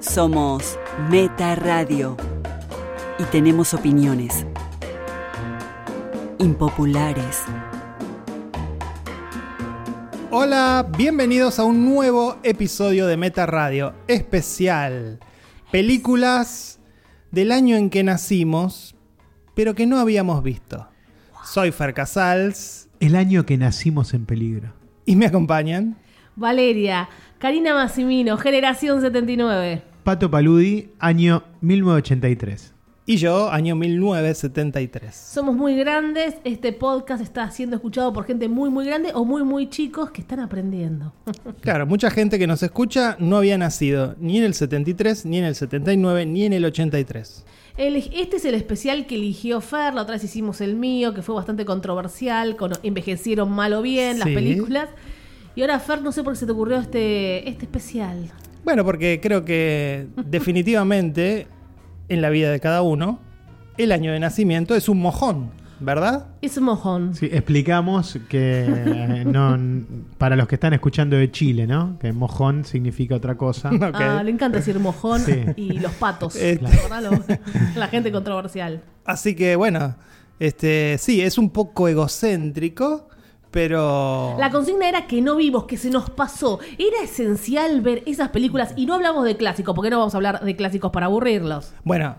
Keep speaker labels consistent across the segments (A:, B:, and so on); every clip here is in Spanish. A: Somos Meta Radio y tenemos opiniones impopulares.
B: Hola, bienvenidos a un nuevo episodio de Meta Radio especial. Películas del año en que nacimos, pero que no habíamos visto. Soy Fer Casals
C: El año que nacimos en peligro.
B: y me acompañan.
D: Valeria, Karina Massimino, Generación 79.
C: Pato Paludi, año 1983.
B: Y yo, año 1973.
D: Somos muy grandes, este podcast está siendo escuchado por gente muy muy grande o muy muy chicos que están aprendiendo.
B: Claro, mucha gente que nos escucha no había nacido ni en el 73, ni en el 79, ni en el 83.
D: El- este es el especial que eligió Fer, la otra vez hicimos el mío, que fue bastante controversial, con envejecieron mal o bien las
B: Sí.
D: películas. Y ahora Fer, no sé por qué se te ocurrió este, este especial.
B: Bueno, porque creo que definitivamente en la vida de cada uno, el año de nacimiento es un mojón, ¿verdad?
D: Es un mojón.
C: Sí, explicamos que eh, no, n- para los que están escuchando de Chile, ¿no? Que mojón significa otra cosa.
B: Ok.
D: Ah, le encanta decir mojón
C: Sí.
D: y los patos.
B: Este-
D: ¿Te acordás lo- La gente controversial.
B: Así que bueno, este sí, es un poco egocéntrico, pero
D: La consigna era que no vimos, que se nos pasó. Era esencial ver esas películas y no hablamos de clásicos, porque no vamos a hablar de clásicos para aburrirlos.
B: bueno,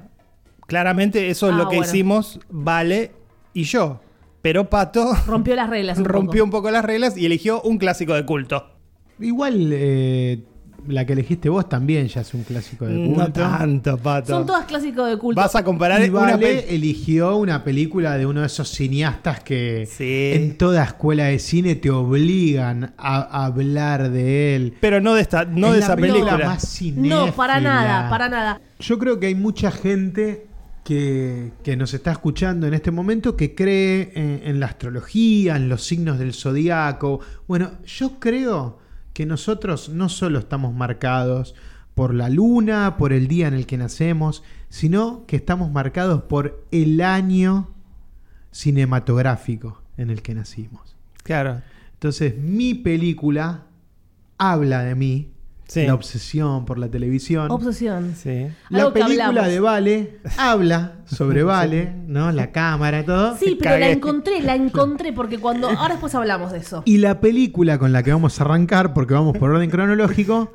B: claramente eso es
D: Ah,
B: lo que
D: bueno.
B: hicimos Vale y yo, pero Pato
D: Rompió las reglas. un poco.
B: rompió un poco las reglas y eligió un clásico de culto.
C: Igual eh, la que elegiste vos también ya es un clásico de
B: No
C: culto.
B: tanto, Pato.
D: Son todas clásicos de culto.
B: Vas a comparar
C: Y
B: una
C: Vale
B: pe-
C: eligió una película de uno de esos cineastas que
B: Sí.
C: en toda escuela de cine te obligan a hablar de él.
B: pero no de esta, no
C: Es
B: de
C: la
B: esa película.
C: más cinéfila.
D: No, para nada, para nada.
C: Yo creo que hay mucha gente que, que nos está escuchando en este momento que cree en, en la astrología, en los signos del zodiaco. Bueno, yo creo que nosotros no solo estamos marcados por la luna, por el día en el que nacemos, sino que estamos marcados por el año cinematográfico en el que nacimos.
B: Claro.
C: Entonces, mi película habla de mí,
B: Sí.
C: la obsesión por la televisión.
D: Obsesión.
B: Sí.
C: La
D: Algo que
C: película
D: hablamos.
C: de Vale habla sobre Vale, ¿no? La cámara, todo.
D: Sí, pero la
B: Cagué.
D: encontré, la encontré, porque cuando. Ahora después hablamos de eso.
C: Y la película con la que vamos a arrancar, porque vamos por orden cronológico,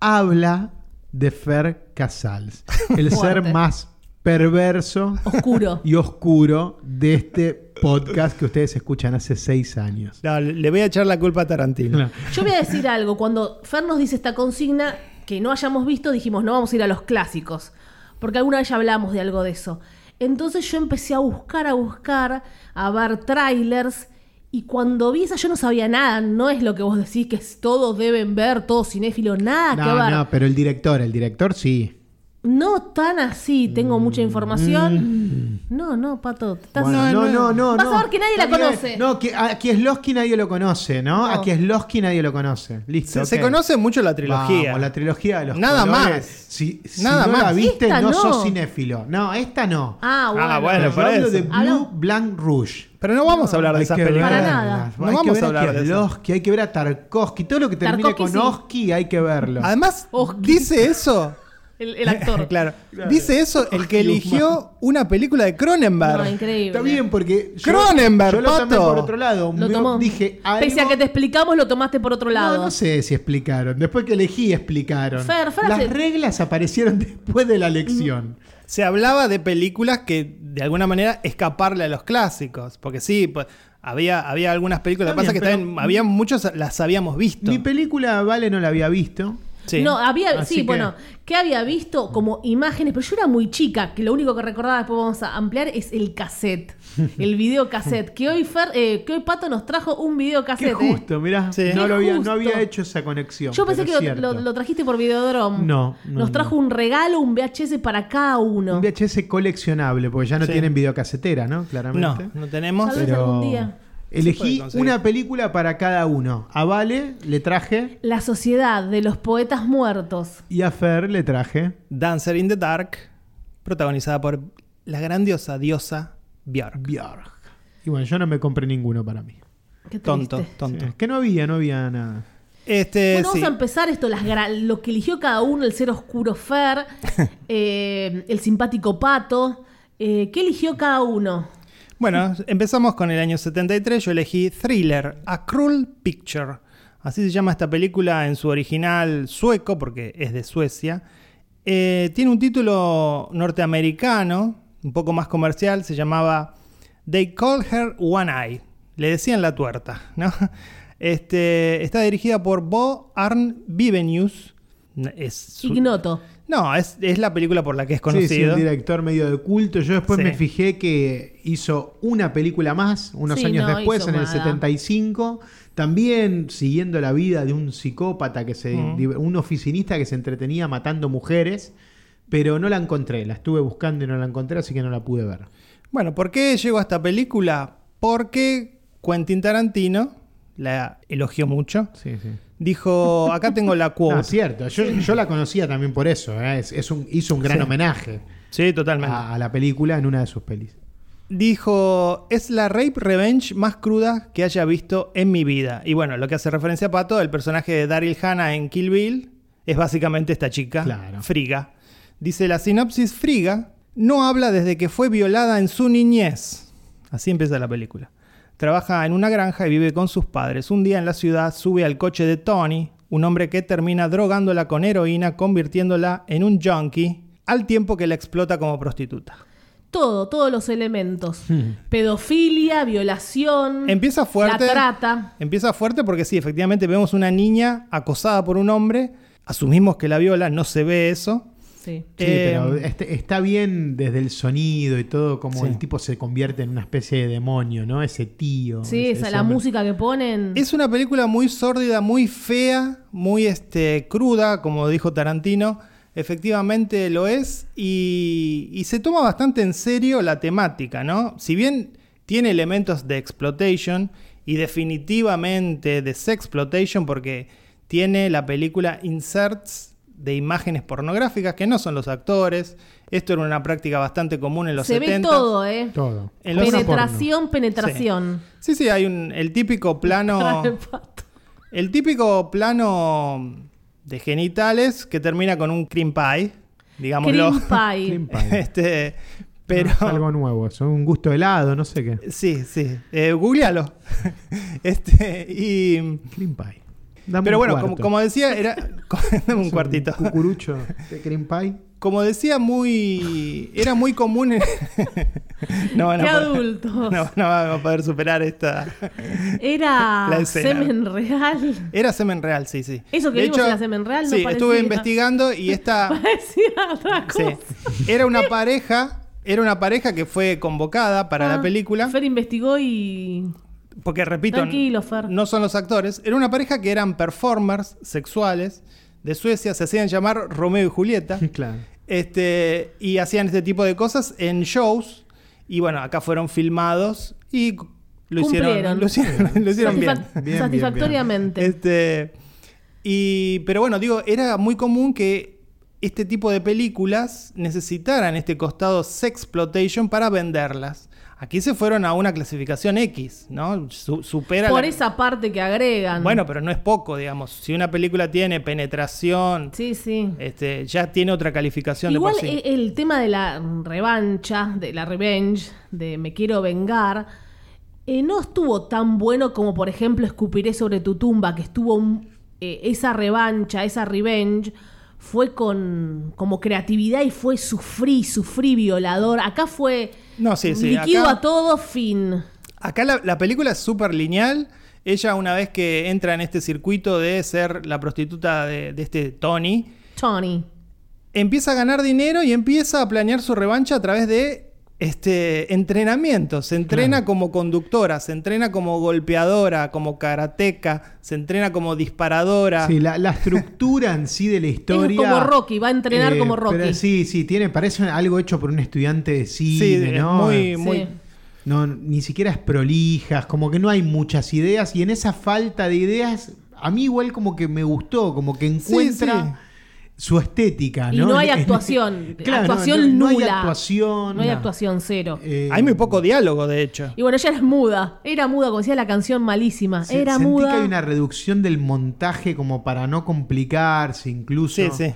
C: habla de Fer Casals, el
D: Fuerte.
C: ser más perverso
D: Oscuro.
C: y oscuro de este podcast que ustedes escuchan hace seis años.
B: No, le- le voy a echar la culpa a Tarantino.
C: Claro.
D: Yo voy a decir algo. Cuando Fer nos dice esta consigna que no hayamos visto, dijimos, no vamos a ir a los clásicos. Porque alguna vez ya hablamos de algo de eso. Entonces yo empecé a buscar, a buscar, a ver trailers. Y cuando vi esa, yo no sabía nada. No es lo que vos decís que es- todos deben ver, todos cinéfilos, nada que
C: No,
D: ver.
C: no, pero el director, el director sí.
D: No tan así, tengo mucha información. No, no, pato. te Estás...
C: Mm. Bueno, no, no, no.
D: Vas a
C: no.
D: ver que nadie la
C: Está bien.
D: conoce.
C: No, que a Kieslowski nadie lo conoce, ¿no? A
D: No.
C: Kieslowski nadie lo conoce. Listo.
B: Se, se
C: ok.
B: conoce mucho la trilogía.
C: Vamos, la trilogía de los
B: Nada
C: colores.
B: más.
C: Si, si
B: Nada
C: no la
B: más.
C: viste,
D: Esta
C: no,
D: no.
C: sos cinéfilo. No, esta no.
D: Ah, bueno.
B: Ah, bueno.
C: Pero yo
B: por
C: hablo
B: eso.
C: de Blue
D: Hablo-
C: Blanc Rouge.
B: Pero no vamos a hablar de
C: Hay
B: esas
C: que
B: películas.
D: Para
C: verlas.
D: nada.
C: Hay
B: No
C: que
B: vamos
C: ver
B: a hablar de eso.
C: Kieslowski, hay que ver a Tarkovsky. Todo lo que termine
D: Tarkovsky,
C: con
D: sí.
C: Oski hay que verlo.
B: Además,
D: Oski.
B: dice eso.
D: El, el actor.
B: claro. Dice eso el que eligió una película de Cronenberg.
D: No, increíble.
C: Está bien porque yo,
B: Cronenberg,
C: yo lo tomé
B: pato.
C: por otro lado.
D: Lo
C: Me-
D: tomó.
C: Dije algo...
D: Pese a que te explicamos, lo tomaste por otro lado.
C: No, no sé si explicaron. Después que elegí, explicaron.
D: Fer, Fer
C: Las
D: hace-
C: reglas aparecieron después de la elección.
B: Se hablaba de películas que de alguna manera escaparle a los clásicos. Porque sí, pues, había, había algunas películas. Lo que
C: Está
B: pasa es
C: bien,
B: que también había muchas, las habíamos visto.
C: Mi película, Vale, no la había visto.
B: Sí.
D: No, había,
C: Así
D: sí,
C: que-
D: bueno, que había visto como imágenes, pero yo era muy chica, que lo único que recordaba, después vamos a ampliar, es el cassette, el videocassette, que hoy Fer- eh, que hoy Pato nos trajo un
C: Qué
D: videocassette. eh.
C: justo, mirá.
B: Sí.
C: No,
D: Qué
C: lo había, no
D: justo.
C: había hecho esa conexión.
D: Yo pensé
C: pero
D: que
C: es
D: lo,
C: cierto.
D: lo trajiste por Videodrome.
C: No, no,
D: Nos trajo un regalo, un VHS para cada uno.
C: Un VHS coleccionable, porque ya no
B: Sí.
C: tienen videocasetera, ¿no?
B: no,
C: Claramente.
B: no tenemos.
D: Tal vez algún día.
B: puede
C: Elegí
B: conseguir.
C: una película para cada uno. A Vale le traje
D: La sociedad de los poetas muertos.
C: y a Fer le traje
B: Dancer in the Dark, protagonizada por la grandiosa diosa Björk.
C: Björk. Y bueno, yo no me compré ninguno para mí.
D: Qué triste.
B: Tonto, tonto.
C: Sí, es que no había, no había nada.
B: Este,
D: Bueno,
B: sí.
D: vamos a empezar esto, las gra- lo que eligió cada uno, el ser oscuro Fer, eh, el simpático Pato. Eh, ¿Qué eligió cada uno?
B: Bueno, empezamos con el año 73. Yo elegí Thriller, A Cruel Picture. Así se llama esta película en su original sueco, porque es de Suecia. Eh, tiene un título norteamericano, un poco más comercial, se llamaba They Call Her One Eye. Le decían la tuerta, ¿no? Este, está dirigida por Bo Arn Bivenius. Es su-
D: Ignoto.
B: No, es, es la película por la que es
C: Sí,
B: conocido.
C: sí, un director medio de culto. Yo después
B: Sí.
C: me fijé que hizo una película más, unos
D: Sí,
C: años
D: no
C: después,
D: hizo
C: en el
D: nada.
C: 75. También siguiendo la vida de un psicópata, que se,
B: Mm.
C: div- un oficinista que se entretenía matando mujeres. Pero no la encontré, la estuve buscando y no la encontré, así que no la pude ver.
B: Bueno, ¿por qué llegó a esta película? Porque Quentin Tarantino la elogió mucho.
C: Sí, sí.
B: Dijo, acá tengo la
C: Ah,
B: quote.
C: cierto. Yo, yo la conocía también por eso. ¿eh? Es, es un, hizo un gran
B: Sí.
C: homenaje
B: Sí, totalmente.
C: a, a la película en una de sus pelis.
B: Dijo, es la rape revenge más cruda que haya visto en mi vida. Y bueno, lo que hace referencia a Pato, el personaje de Daryl Hannah en Kill Bill, es básicamente esta chica,
C: Claro.
B: Friga. Dice, la sinopsis Friga no habla desde que fue violada en su niñez. Así empieza la película. Trabaja en una granja y vive con sus padres. Un día en la ciudad sube al coche de Tony, un hombre que termina drogándola con heroína, convirtiéndola en un junkie, al tiempo que la explota como prostituta.
D: Todo, todos los elementos. Pedofilia, violación.
B: Hmm. Empieza fuerte.
D: La trata.
B: Empieza fuerte porque sí, efectivamente vemos una niña acosada por un hombre. Asumimos que la viola, no se ve eso.
D: Sí.
C: Sí,
B: Eh,
C: pero este- está bien desde el sonido y todo, como
B: Sí.
C: el tipo se convierte en una especie de demonio, ¿no? Ese tío.
D: Sí,
C: ese-
D: esa,
C: ese
D: la
C: hombre.
D: música que ponen.
B: Es una película muy sórdida, muy fea, muy este, cruda, como dijo Tarantino. Efectivamente lo es. Y, y se toma bastante en serio la temática, ¿no? Si bien tiene elementos de exploitation y definitivamente de sexploitation, porque tiene la película inserts de imágenes pornográficas que no son los actores. Esto era una práctica bastante común en los
D: Se
B: 70s.
D: ve todo, ¿eh?
C: Todo.
B: En los-
D: penetración, penetración.
B: Sí, sí, hay un, el típico plano.
D: Trae el pato.
B: El típico plano de genitales que termina con un cream pie, digámoslo.
D: Cream pie.
C: Cream pie.
B: Este, pero
C: No, es algo nuevo, eso, un gusto helado, no sé qué.
B: sí, sí, eh, googlealo. Este y
C: Cream pie. Dame
B: pero
C: un
B: bueno, como,
C: cuarto.
B: como decía, era dame un
C: Es
B: cuartito.
C: Cucurucho de cream pie.
B: Como decía, muy era muy común en- no van a
D: Qué
B: poder-
D: adultos.
B: No, no van a poder superar esta. La
D: Era
B: escena.
D: semen real.
B: Era semen real, sí, sí.
D: Eso que
B: De
D: vimos era semen real, no
B: Sí, estuve
D: parecía.
B: investigando y esta
D: Parecía otra
B: Ah. Sí.
D: cosa.
B: Era una pareja, era una pareja que fue convocada para
D: Ah,
B: la película,
D: Fer investigó y.
B: porque repito,
D: Tranquilo, Fer.
B: no son los actores, era una pareja que eran performers sexuales de Suecia, se hacían llamar Romeo y Julieta,
C: Claro.
B: este, y hacían este tipo de cosas en shows, y bueno, acá fueron filmados y lo hicieron,
D: Cumplieron.
B: lo hicieron, lo hicieron bien.
D: satisfac-
C: Bien, bien,
D: satisfactoriamente.
B: Este, y, pero bueno, digo, era muy común que este tipo de películas necesitaran este costado sexploitation para venderlas. Aquí se fueron a una clasificación X, ¿no? Su- supera
D: Por
B: la-
D: esa parte que agregan.
B: Bueno, pero no es poco, digamos. Si una película tiene penetración,
D: Sí, sí.
B: este, ya tiene otra calificación
D: Igual
B: de por sí.
D: e- el tema de la revancha, de la revenge, de me quiero vengar, eh, no estuvo tan bueno como, por ejemplo, Escupiré sobre tu tumba, que estuvo un- eh, esa revancha, esa revenge, fue con como creatividad y fue sufrí, sufrí, violador. Acá fue
B: No, sí, sí,
D: liquido
B: acá-
D: a todo fin.
B: Acá la, la película es súper lineal. Ella, una vez que entra en este circuito de ser la prostituta de, de este Tony,
D: Tony.
B: empieza a ganar dinero y empieza a planear su revancha a través de este entrenamiento. Se entrena como conductora, se entrena como golpeadora, como karateca, se entrena como disparadora.
C: Sí, la, la estructura en sí de la historia. eh,
D: como Rocky, va a
B: eh,
D: entrenar como Rocky.
C: pero sí, sí, tiene, parece algo hecho por un estudiante de cine,
B: es
C: ¿no?
B: muy,
D: Sí.
B: muy.
C: No, ni siquiera es prolijas, como que no hay muchas ideas y en esa falta de ideas, a mí igual como que me gustó, como que encuentra
B: sí.
C: su estética,
D: Y
C: ¿no?
D: no hay actuación.
C: Claro, no,
D: actuación
C: no- no hay
D: nula.
C: actuación,
D: No hay
C: nada.
D: actuación, cero.
C: Eh,
B: Hay muy poco diálogo, de hecho.
D: Y bueno, ella es muda. Era muda, como decía la canción malísima.
C: se-
D: Era
C: sentí
D: muda.
C: que hay una reducción del montaje como para no complicarse incluso.
B: Sí, sí.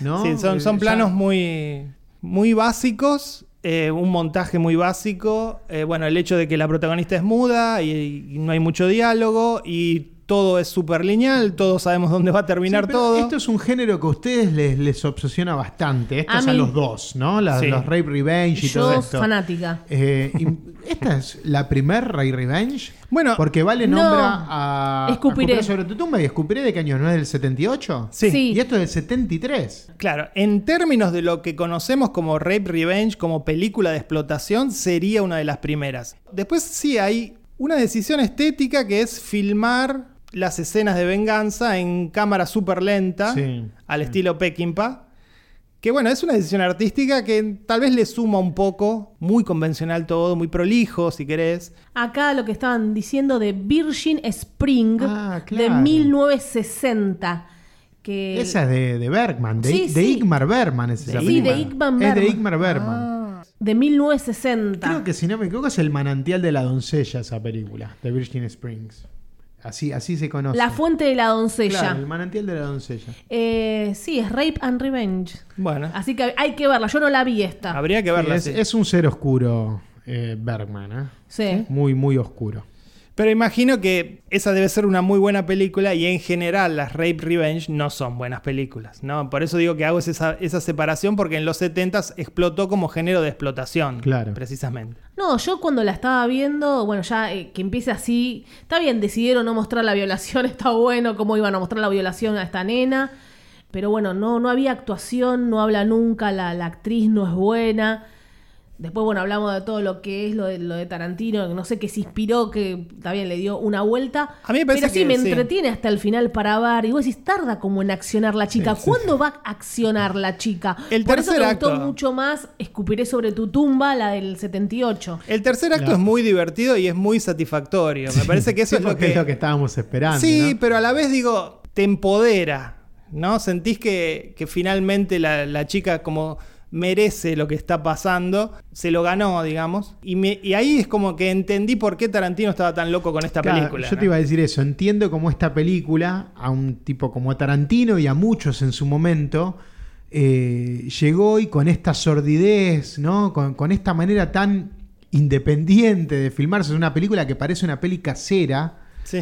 C: ¿no?
B: Sí, son, son
C: Eh, ya-
B: planos muy, muy básicos, eh, un montaje muy básico. eh, bueno, el hecho de que la protagonista es muda y, y no hay mucho diálogo y todo es súper lineal, todos sabemos dónde va a terminar
C: Sí, pero
B: todo.
C: Esto es un género que a ustedes les, les obsesiona bastante. Estos
D: A
C: a,
D: mí-
C: los dos, ¿no? Las,
B: Sí.
C: Los Rape Revenge y todo
D: Yo,
C: esto.
D: fanática.
C: Eh, y- ¿Esta es la primer Rape Revenge?
B: Bueno,
C: Porque Vale
D: no.
C: nombra a a
D: Escupiré.
C: Escupiré sobre tu tumba y Escupiré de qué año, ¿no es del 78?
B: sí,
D: Sí.
C: Y esto es del 73.
B: claro. En términos de lo que conocemos como Rape Revenge, como película de explotación, sería una de las primeras. Después sí hay una decisión estética que es filmar las escenas de venganza en cámara súper lenta.
C: Sí.
B: al estilo Peckinpah. Que bueno, es una decisión artística que tal vez le suma un poco, muy convencional todo, muy prolijo, si querés.
D: Acá lo que estaban diciendo de Virgin Spring
C: Ah,
D: de
C: claro.
D: 1960. Que
C: Esa es de, de Bergman, de,
D: Sí,
C: de
D: sí.
C: Igmar Bergman es esa
D: Sí,
C: película.
D: de Igmar
C: Es de
D: Bergman. Ah.
C: Igmar Bergman.
D: de 1960.
C: Creo que si no me equivoco es El manantial de la doncella esa película, de Virgin Springs. Así, así se conoce.
D: La fuente de la doncella.
C: Claro, el manantial de la doncella.
D: Eh, sí, es Rape and Revenge.
B: Bueno,
D: Así que hay que verla. Yo no la vi esta.
B: habría que verla.
C: es,
B: sí.
C: es un ser oscuro eh, Bergman, ¿eh?
D: Sí.
C: Muy, muy oscuro.
B: Pero imagino que esa debe ser una muy buena película y en general las Rape Revenge no son buenas películas, ¿no? Por eso digo que hago esa, esa separación porque en los 70s explotó como género de explotación,
C: Claro.
B: precisamente.
D: No, yo cuando la estaba viendo, bueno, ya eh, que empiece así, está bien, decidieron no mostrar la violación, está bueno cómo iban a mostrar la violación a esta nena, pero bueno, no, no había actuación, no habla nunca, la, la actriz no es buena. Después, bueno, hablamos de todo lo que es lo de, lo de Tarantino, que no sé qué se inspiró, que también le dio una vuelta.
B: A mí me parece
D: pero sí,
B: que
D: me
B: sí.
D: entretiene hasta el final para ver. Y vos decís, tarda como en accionar la chica. ¿Cuándo va a accionar la chica?
B: El
D: Por eso
B: tercer
D: me gustó
B: acto.
D: mucho más Escupiré sobre tu tumba, la del 78.
B: El tercer acto
C: Claro.
B: es muy divertido y es muy satisfactorio. Me parece que eso
C: Sí,
B: es lo
C: porque
B: que,
C: estábamos esperando.
B: Sí,
C: ¿no?
B: pero a la vez digo, te empodera, ¿no? Sentís que, que finalmente la, la chica como merece lo que está pasando, se lo ganó, digamos. Y, me- y ahí es como que entendí por qué Tarantino estaba tan loco con esta
C: Claro,
B: película.
C: Yo
B: ¿no?
C: te iba a decir eso. Entiendo cómo esta película, a un tipo como Tarantino y a muchos en su momento, eh, llegó y con esta sordidez, ¿no? Con, con esta manera tan independiente de filmarse. Es una película que parece una peli casera.
B: Sí.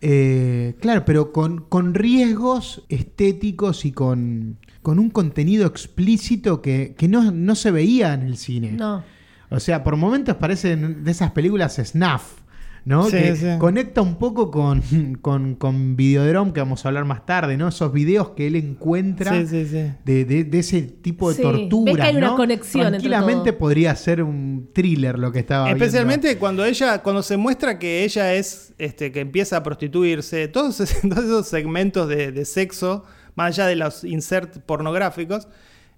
C: eh, claro, pero con, con riesgos estéticos y con, con un contenido explícito que, que no, no se veía en el cine.
D: No.
C: O sea, por momentos parecen de esas películas snuff, ¿no?
B: Sí,
C: que
B: sí.
C: conecta un poco con, con, con Videodrome, que vamos a hablar más tarde, ¿no? Esos videos que él encuentra
B: sí, sí, sí.
C: De, de- de ese tipo de
D: Sí,
C: tortura.
D: ves que hay una
C: ¿no?
D: conexión entre
C: Tranquilamente
D: todo.
C: podría ser un thriller lo que estaba
B: Especialmente cuando ella, cuando se muestra que ella es, este, que empieza a prostituirse, todos, es- todos esos segmentos de, de sexo, más allá de los insert pornográficos,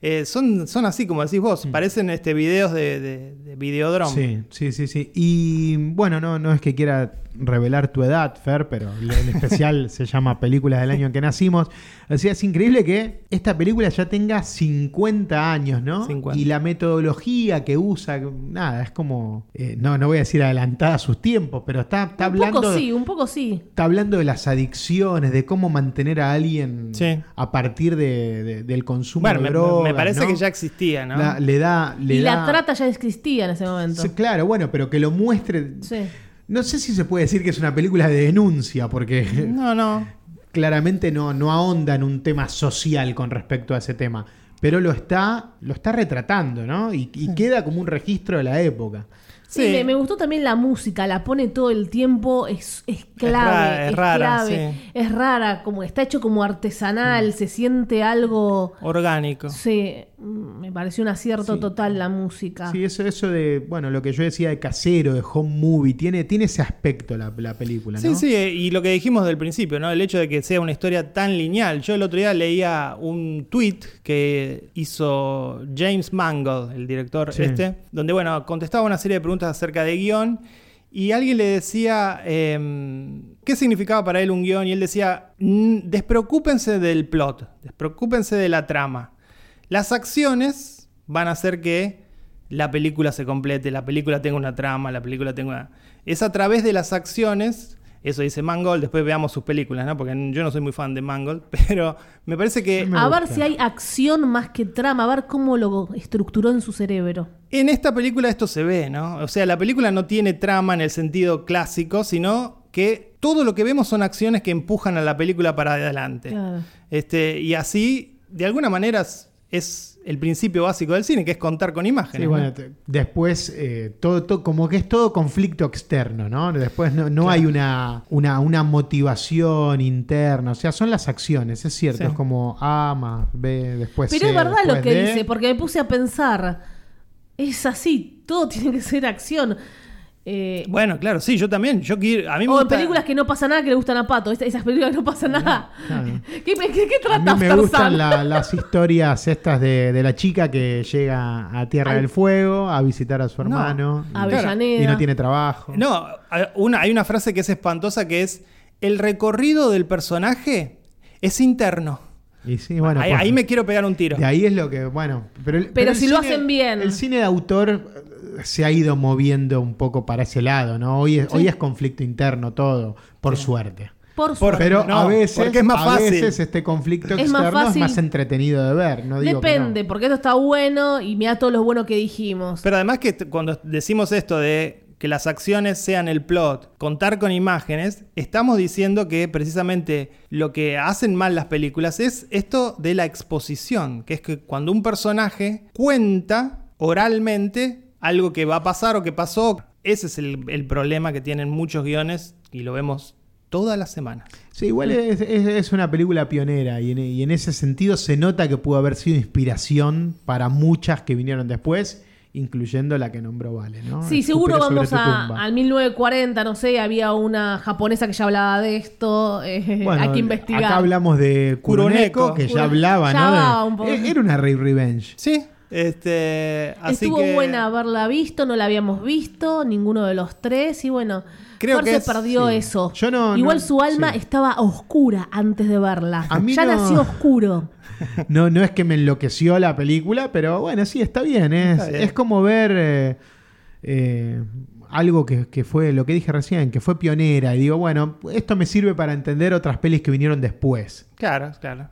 B: eh, son, son así como decís vos, parecen este, videos de, de, de videodrome.
C: viendo. Mm. Sí, sí, sí, sí. Y bueno, no, no es que quiera revelar tu edad, Fer, pero el el especial se llama Películas del año en que nacimos. O sea, es increíble que esta película ya tenga 50 años, ¿no?
B: 50.
C: Y la metodología que usa, nada, es como. eh, no, no voy a decir adelantada a sus tiempos, pero está, está
D: un
C: hablando.
D: poco sí, un poco sí.
C: Está hablando de las adicciones, de cómo mantener a alguien
B: Sí.
C: a partir de- de- del consumo
B: Bueno,
C: de
B: me,
C: drogas,
B: me parece
C: ¿no?
B: que ya existía, ¿no?
C: La- le da. Le
D: y
C: da-
D: la trata ya existía en ese momento.
C: Sí,
D: Sí.
C: claro, bueno, pero que lo muestre. No sé si se puede decir que es una película de denuncia, porque
B: No, no.
C: claramente no, no ahonda en un tema social con respecto a ese tema. Pero lo está, lo está retratando, ¿no? Y, y queda como un registro de la época.
D: Sí,
B: Sí.
D: Me, me gustó también la música, la pone todo el tiempo, es, es
B: rara,
D: clave, es,
B: es rara,
D: clave,
B: sí.
D: es rara, como está hecho como
C: Mm.
D: artesanal, se siente algo,
B: Orgánico.
D: sí, mm, me pareció un acierto
C: Sí.
D: total la música.
C: Sí, eso, eso de, bueno, lo que yo decía de casero, de home movie, tiene, tiene ese aspecto la, la película,
B: Sí,
C: ¿no?
B: sí, y lo que dijimos del principio, ¿no? El hecho de que sea una historia tan lineal. Yo el otro día leía un tweet que hizo James Mangold, el director
C: Sí.
B: este, donde, bueno, contestaba una serie de preguntas acerca de guión y alguien le decía em, qué significaba para él un guión y él decía, "Mm, despreocúpense del plot, despreocúpense de la trama. Las acciones van a hacer que la película se complete, la película tenga una trama, la película tenga una... Es a través de las acciones, eso dice Mangold, después veamos sus películas, ¿no? Porque yo no soy muy fan de Mangold, pero me parece que...
C: Me
D: a ver
C: gusta.
D: si hay acción más que trama, a ver cómo lo estructuró en su cerebro.
B: En esta película esto se ve, ¿no? O sea, la película no tiene trama en el sentido clásico, sino que todo lo que vemos son acciones que empujan a la película para adelante.
D: Claro.
B: Este, y así, de alguna manera, es- es el principio básico del cine, que es contar con imágenes.
C: Sí,
B: ¿no?
C: bueno, te- después, eh, todo, todo- como que es todo conflicto externo, ¿no? Después no, no hay una, una, una motivación interna, o sea, son las acciones, es cierto,
B: Sí.
C: es como A más B, después
D: Pero
C: C,
D: es verdad lo
C: después
D: que
C: D.
D: dice, porque me puse a pensar. Es así, todo tiene que ser acción. Eh,
B: Bueno, claro, sí, yo también. Yo quiero, a mí me
D: o en
B: gusta-
D: películas que no pasa nada que le gustan a Pato. Esas esas películas que no pasa nada.
C: claro.
D: ¿Qué, qué- qué
C: A
D: trata
C: mí me
D: Tarzán?
C: gustan la- las historias estas de, de la chica que llega a Tierra
D: Al-
C: del Fuego a visitar a su
B: No.
C: hermano y-
D: A Avellaneda.
C: y no tiene trabajo.
B: No, a- una, hay una frase que es espantosa que es, el recorrido del personaje es interno.
C: Y sí, bueno,
B: ahí,
C: pues,
B: ahí me quiero pegar un tiro.
C: De ahí es lo que, bueno, pero, el- el
D: si lo hacen bien.
C: El cine de autor eh, se ha ido moviendo un poco para ese lado, ¿no? Hoy es, hoy es conflicto interno todo, por suerte.
D: Por
B: Por-
D: suerte.
C: Pero
B: No,
C: a veces,
B: porque es más
C: a
B: fácil.
C: veces este conflicto
D: Es más
C: externo es
D: fácil.
C: más entretenido de ver, no digo que no.
D: Depende, porque esto está bueno y mira todo lo bueno que dijimos.
B: Pero además que t- cuando decimos esto de que las acciones sean el plot, contar con imágenes, estamos diciendo que precisamente lo que hacen mal las películas es esto de la exposición, que es que cuando un personaje cuenta oralmente algo que va a pasar o que pasó, ese es el, el problema que tienen muchos guiones y lo vemos todas las semanas.
C: Sí, igual es, es- es una película pionera y en, y en ese sentido se nota que pudo haber sido inspiración para muchas que vinieron después, incluyendo la que nombró Vale, ¿no?
D: Sí,
C: Escúpelo
D: seguro
C: sobre
D: vamos
C: tu
D: a,
C: tumba.
D: al 1940, no sé, había una japonesa que ya hablaba de esto, eh,
C: Bueno,
D: hay que investigar.
C: Acá hablamos de Kuroneko,
B: Kuroneko.
C: que ya
D: Kuroneko.
C: hablaba,
D: Ya
C: ¿no? De-
D: hablaba un poco.
C: Eh, Era una Rape Revenge.
B: Sí, este, así
D: Estuvo
B: que
D: buena haberla visto, no la habíamos visto, ninguno de los tres, y bueno,
B: Creo
D: Flor
B: que
D: se
B: es-
D: perdió
C: sí.
D: eso.
C: Yo no-
D: Igual
C: no-
D: su alma
C: sí.
D: estaba oscura antes de verla.
C: A mí
D: ya
C: no-
D: nació oscuro.
C: No, no es que me enloqueció la película, pero bueno, sí, está bien. Es,
B: Está bien.
C: es como ver eh, eh, algo que, que fue, lo que dije recién, que fue pionera. Y digo, bueno, esto me sirve para entender otras pelis que vinieron después.
B: Claro, claro.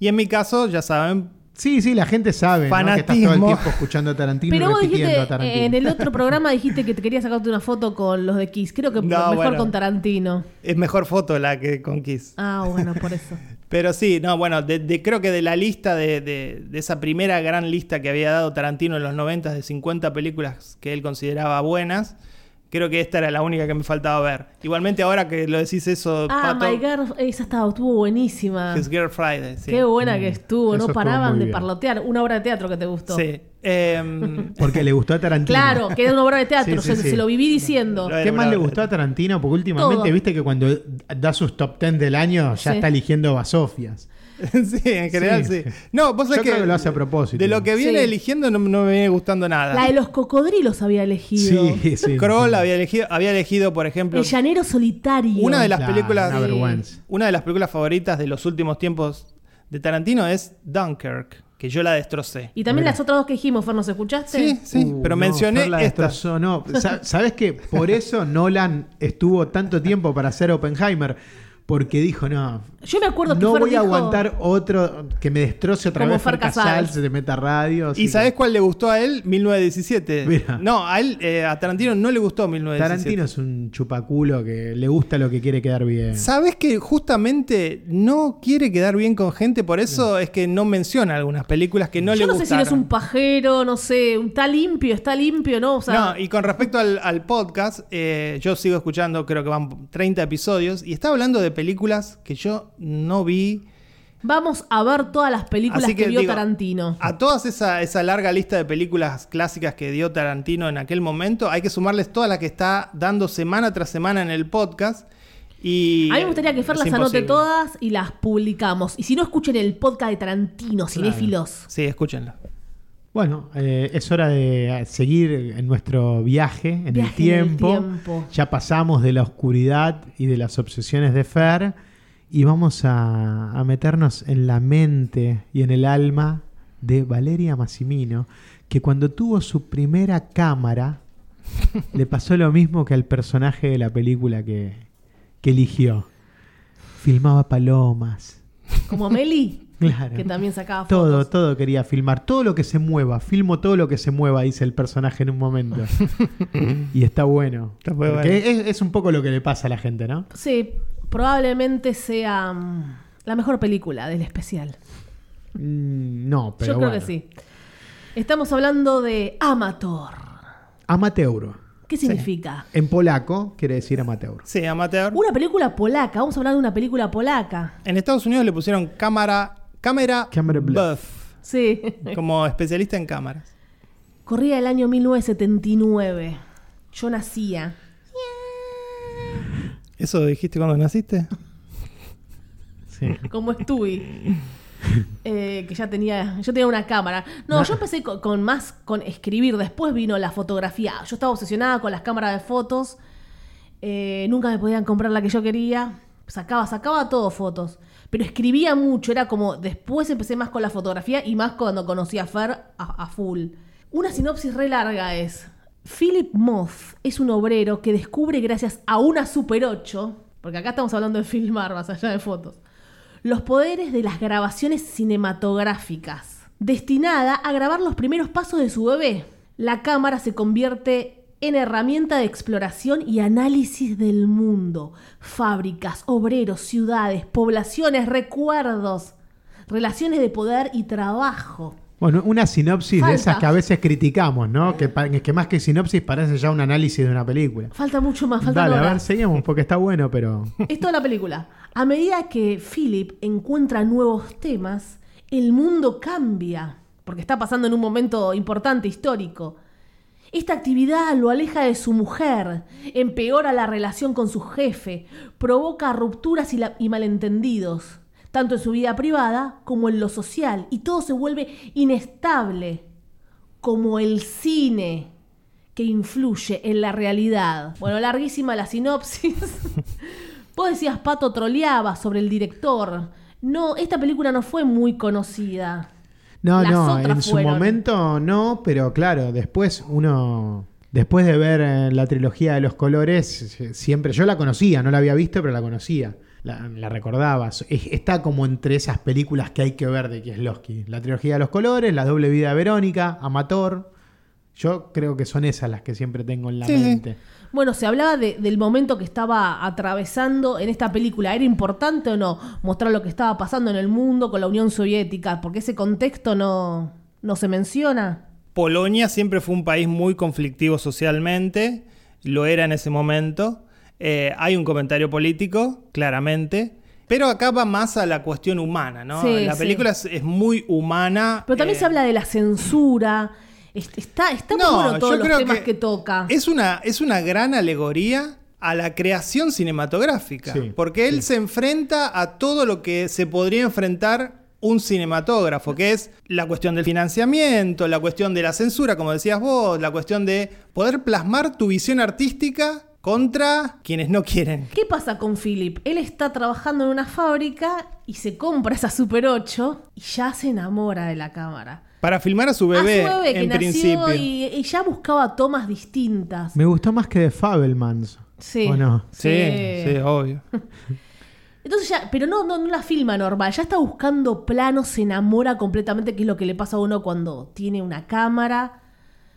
B: Y en mi caso, ya saben,
C: Sí, sí, la gente sabe ¿no? que estás todo el
B: Fanatismo.
C: tiempo escuchando a Tarantino y
D: Pero vos
C: repitiendo
D: dijiste,
C: a Tarantino.
D: eh, en el otro programa dijiste que te querías sacarte una foto con los de Kiss. Creo que
B: No,
D: mejor
B: bueno.
D: con Tarantino.
B: es mejor foto la que con Kiss.
D: Ah, bueno, por eso.
B: Pero sí, no, bueno, de, de- creo que de la lista, de, de- de esa primera gran lista que había dado Tarantino en los 90 de 50 películas que él consideraba buenas, creo que esta era la única que me faltaba ver. Igualmente ahora que lo decís eso,
D: Ah,
B: Pato,
D: My Girl, esa estaba, estuvo buenísima.
B: His Girl Friday, sí.
D: Qué buena que estuvo,
C: Mm, Eso
D: no
C: estuvo
D: paraban
C: muy
D: de
C: bien.
D: parlotear. Una obra de teatro que te gustó.
B: Sí. Em,
C: Porque le gustó a Tarantino.
D: Claro, que era una obra de teatro,
C: Sí, sí,
D: yo
C: sí.
D: se lo viví diciendo.
B: Lo de-
C: ¿Qué más le gustó a Tarantino? Porque últimamente,
D: Todo.
C: viste que cuando da sus top 10 del año, ya
D: Sí.
C: está eligiendo Basofias.
B: sí, en general sí.
C: Sí.
B: No, vos sabés
C: Yo
B: que,
C: creo que lo hace a propósito.
B: de lo que viene
D: Sí.
B: eligiendo no, no me viene gustando nada.
D: La de los cocodrilos había elegido.
C: Sí, sí.
B: Kroll había elegido, había elegido, por ejemplo,
D: El llanero solitario.
B: Una de las-
C: Claro,
B: películas-
C: Una
B: Sí.
C: vergüenza.
B: Una de las películas favoritas de los últimos tiempos de Tarantino es Dunkirk, que yo la destrocé.
D: Y también
C: Mira.
D: las otras dos que dijimos, Fer, ¿nos escuchaste?
B: Sí, sí,
C: Uh,
B: pero
C: no,
B: mencioné
C: Fer la
B: esta.
C: destrozó, no. Sa- ¿Sabes qué? Por eso Nolan estuvo tanto tiempo para hacer Oppenheimer. Porque dijo, no,
D: Yo me acuerdo que
C: no
D: Fer
C: voy a
D: dijo-
C: aguantar otro que me destroce otra
D: Como
C: vez.
D: Fer
C: Fer Casals,
D: Casals.
C: se te meta radio. así
B: ¿Y
C: que-
B: sabes cuál le gustó a él? 1917.
C: Mira.
B: No, a él, eh, a Tarantino no le gustó 1917.
C: Tarantino es un chupaculo que le gusta lo que quiere quedar bien.
B: ¿Sabes que justamente no quiere quedar bien con gente? Por eso es que no menciona algunas películas que no
D: Yo
B: le
D: no
B: gustaron.
D: sé si eres un pajero, no sé, está limpio, está limpio, ¿no? O sea,
B: no, y con respecto al, al podcast, eh, yo sigo escuchando, creo que van 30 episodios, y está hablando de películas que yo no vi,
D: vamos a ver todas las películas
B: Así
D: que,
B: que
D: vio
B: digo, ah,
D: Tarantino.
B: A toda esa, esa larga lista de películas clásicas que dio Tarantino en aquel momento, hay que sumarles todas las que está dando semana tras semana en el podcast. Y
D: A mí me gustaría que Fer
B: eh, es
D: las anote
B: imposible.
D: todas y las publicamos. Y si no, escuchen el podcast de Tarantino, cinéfilos.
B: Sí, escúchenlo.
C: Bueno, eh, es hora de seguir en nuestro viaje, en,
D: Viaje
C: el, tiempo.
D: tiempo.
C: Ya pasamos de la oscuridad y de las obsesiones de Fer y vamos a, a meternos en la mente y en el alma de Valeria Massimino, que cuando tuvo su primera cámara le pasó lo mismo que al personaje de la película que, que eligió. Filmaba palomas.
D: Como Meli,
C: Claro.
D: que también sacaba
C: Todo,
D: fotos.
C: todo quería filmar, todo lo que se mueva, filmo todo lo que se mueva, dice el personaje en un momento. y está bueno.
B: Está muy
C: Porque
B: bueno.
C: Es, es un poco lo que le pasa a la gente, ¿no?
D: Sí, probablemente sea mm, la mejor película del especial.
C: Mm, No, pero.
D: Yo creo
C: bueno.
D: que sí. Estamos hablando de Amator.
C: Amateur.
D: ¿Qué significa?
C: En polaco quiere decir amateur.
B: Sí, amateur.
D: Una película polaca. Vamos a hablar de una película polaca.
B: En Estados Unidos le pusieron cámara, cámara
C: Camera bluff.
B: buff,
D: Sí.
B: como especialista en cámaras.
D: Corría el año 1979. Yo nacía.
B: ¿Eso dijiste cuando naciste?
C: Sí.
D: como estuve. Eh, que ya tenía, yo tenía una cámara. No, yo empecé co- con, más con escribir, después vino la fotografía. Yo estaba obsesionada con las cámaras de fotos. Eh, nunca me podían comprar la que yo quería. Sacaba, sacaba todo fotos. Pero escribía mucho, era como después empecé más con la fotografía y más cuando conocí a Fer a, a full. Una sinopsis re larga es. Philip Moth es un obrero que descubre gracias a una Super 8, porque acá estamos hablando de filmar más allá de fotos, los poderes de las grabaciones cinematográficas, destinada a grabar los primeros pasos de su bebé. La cámara se convierte en herramienta de exploración y análisis del mundo, fábricas, obreros, ciudades, poblaciones, recuerdos, relaciones de poder y trabajo.
C: Bueno, una sinopsis
D: Falta.
C: de esas que a veces criticamos, ¿no? Que, pa- que más que sinopsis parece ya un análisis de una película.
D: Falta mucho más, falta
C: Dale, a ver, seguimos porque está bueno, pero.
D: Es toda la película. A medida que Philip encuentra nuevos temas, el mundo cambia, porque está pasando en un momento importante histórico. Esta actividad lo aleja de su mujer, empeora la relación con su jefe, provoca rupturas y, la- y malentendidos, tanto en su vida privada como en lo social, y todo se vuelve inestable, como el cine que influye en la realidad. Bueno, larguísima la sinopsis. Vos decías, Pato troleaba sobre el director. No, esta película no fue muy conocida.
C: No,
D: Las
C: no,
D: otras
C: en su
D: fueron.
C: momento no, pero claro, después uno, después de ver eh, la trilogía de los colores, eh, siempre, yo la conocía, no la había visto, pero la conocía, la, la recordaba. So- es- Está como entre esas películas que hay que ver de Kieslowski. La trilogía de los colores, La doble vida de Verónica, Amator. Yo creo que son esas las que siempre tengo en la
B: Sí, sí.
C: mente.
D: Bueno, se hablaba de- del momento que estaba atravesando en esta película. ¿Era importante o no mostrar lo que estaba pasando en el mundo con la Unión Soviética? Porque ese contexto no, no se menciona.
B: Polonia siempre fue un país muy conflictivo socialmente, lo era en ese momento. Eh, hay un comentario político, claramente, pero acá va más a la cuestión humana, ¿no?
D: Sí,
B: la
D: sí.
B: película es, es muy humana.
D: Pero también
B: eh,
D: se habla de la censura. Es- Está, está muy bueno todos
B: yo
D: los
B: creo
D: temas que, toca.
B: Es una, es una gran alegoría a la creación cinematográfica.
C: Sí,
B: porque él se enfrenta a todo lo que se podría enfrentar un cinematógrafo, que es la cuestión del financiamiento, la cuestión de la censura, como decías vos, la cuestión de poder plasmar tu visión artística contra quienes no quieren.
D: ¿Qué pasa con Philip? Él está trabajando en una fábrica y se compra esa Super 8 y ya se enamora de la cámara.
B: Para filmar a su
D: A Ah, su
B: bebé,
D: bebé que
B: en
D: nació
B: principio.
D: y, y ya buscaba tomas distintas.
C: Me gustó más que de Fabelmans.
D: Sí.
C: ¿O no?
B: sí, obvio.
D: Entonces ya, pero no, no, no la filma normal, ya está buscando planos, se enamora completamente, que es lo que le pasa a uno cuando tiene una cámara.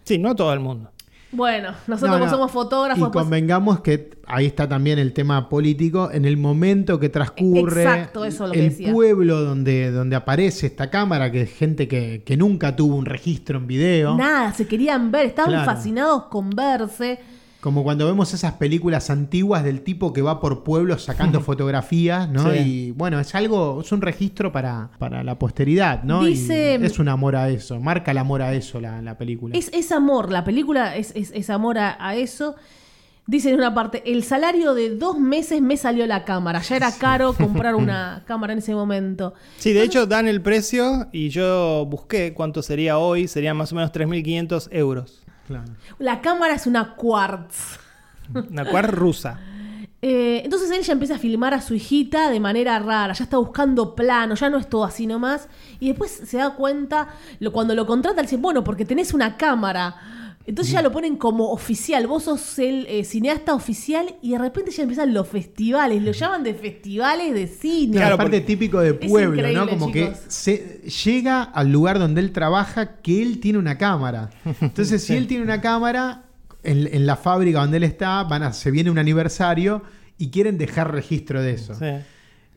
B: Sí, no todo el mundo.
D: Bueno, nosotros
C: No,
D: que
C: no.
D: somos fotógrafos,
C: Y
D: pues-
C: convengamos que ahí está también el tema político, en el momento que transcurre.
D: Exacto, eso es lo que
C: El
D: decía.
C: pueblo donde, donde aparece esta cámara, que es gente que, que nunca tuvo un registro en video.
D: nada, se querían ver, estaban
C: Claro.
D: fascinados con verse.
C: Como cuando vemos esas películas antiguas del tipo que va por pueblos sacando fotografías, ¿no?
B: Sí.
C: Y bueno, es algo, es un registro para, para la posteridad, ¿no? Y
D: Dice-
C: es un amor a eso, marca el amor a eso la, la película.
D: Es, es amor, la película es, es- es amor a, a eso. Dice en una parte, el salario de dos meses me salió la cámara. Ya era caro comprar una cámara en ese momento.
B: Sí, de hecho dan el precio y yo busqué cuánto sería hoy, serían más o menos 3.500 euros.
C: Claro.
D: La cámara es una quartz.
B: Una cuar rusa.
D: Eh, entonces él ya empieza a filmar a su hijita de manera rara, ya está buscando planos, ya no es todo así nomás. Y después se da cuenta, lo- cuando lo contrata, le dice, bueno, porque tenés una cámara. Entonces ya lo ponen como oficial, vos sos el eh, cineasta oficial y de repente ya empiezan los festivales, lo llaman de festivales de cine.
B: Claro,
C: Claro, aparte
B: porque-
C: típico de pueblo, ¿no?
D: increíble,
C: Como
D: chicos.
C: que se llega al lugar donde él trabaja que él tiene una cámara. Entonces, si él tiene una cámara, en, en la fábrica donde él está, van a, se viene un aniversario y quieren dejar registro de eso.
B: Sí.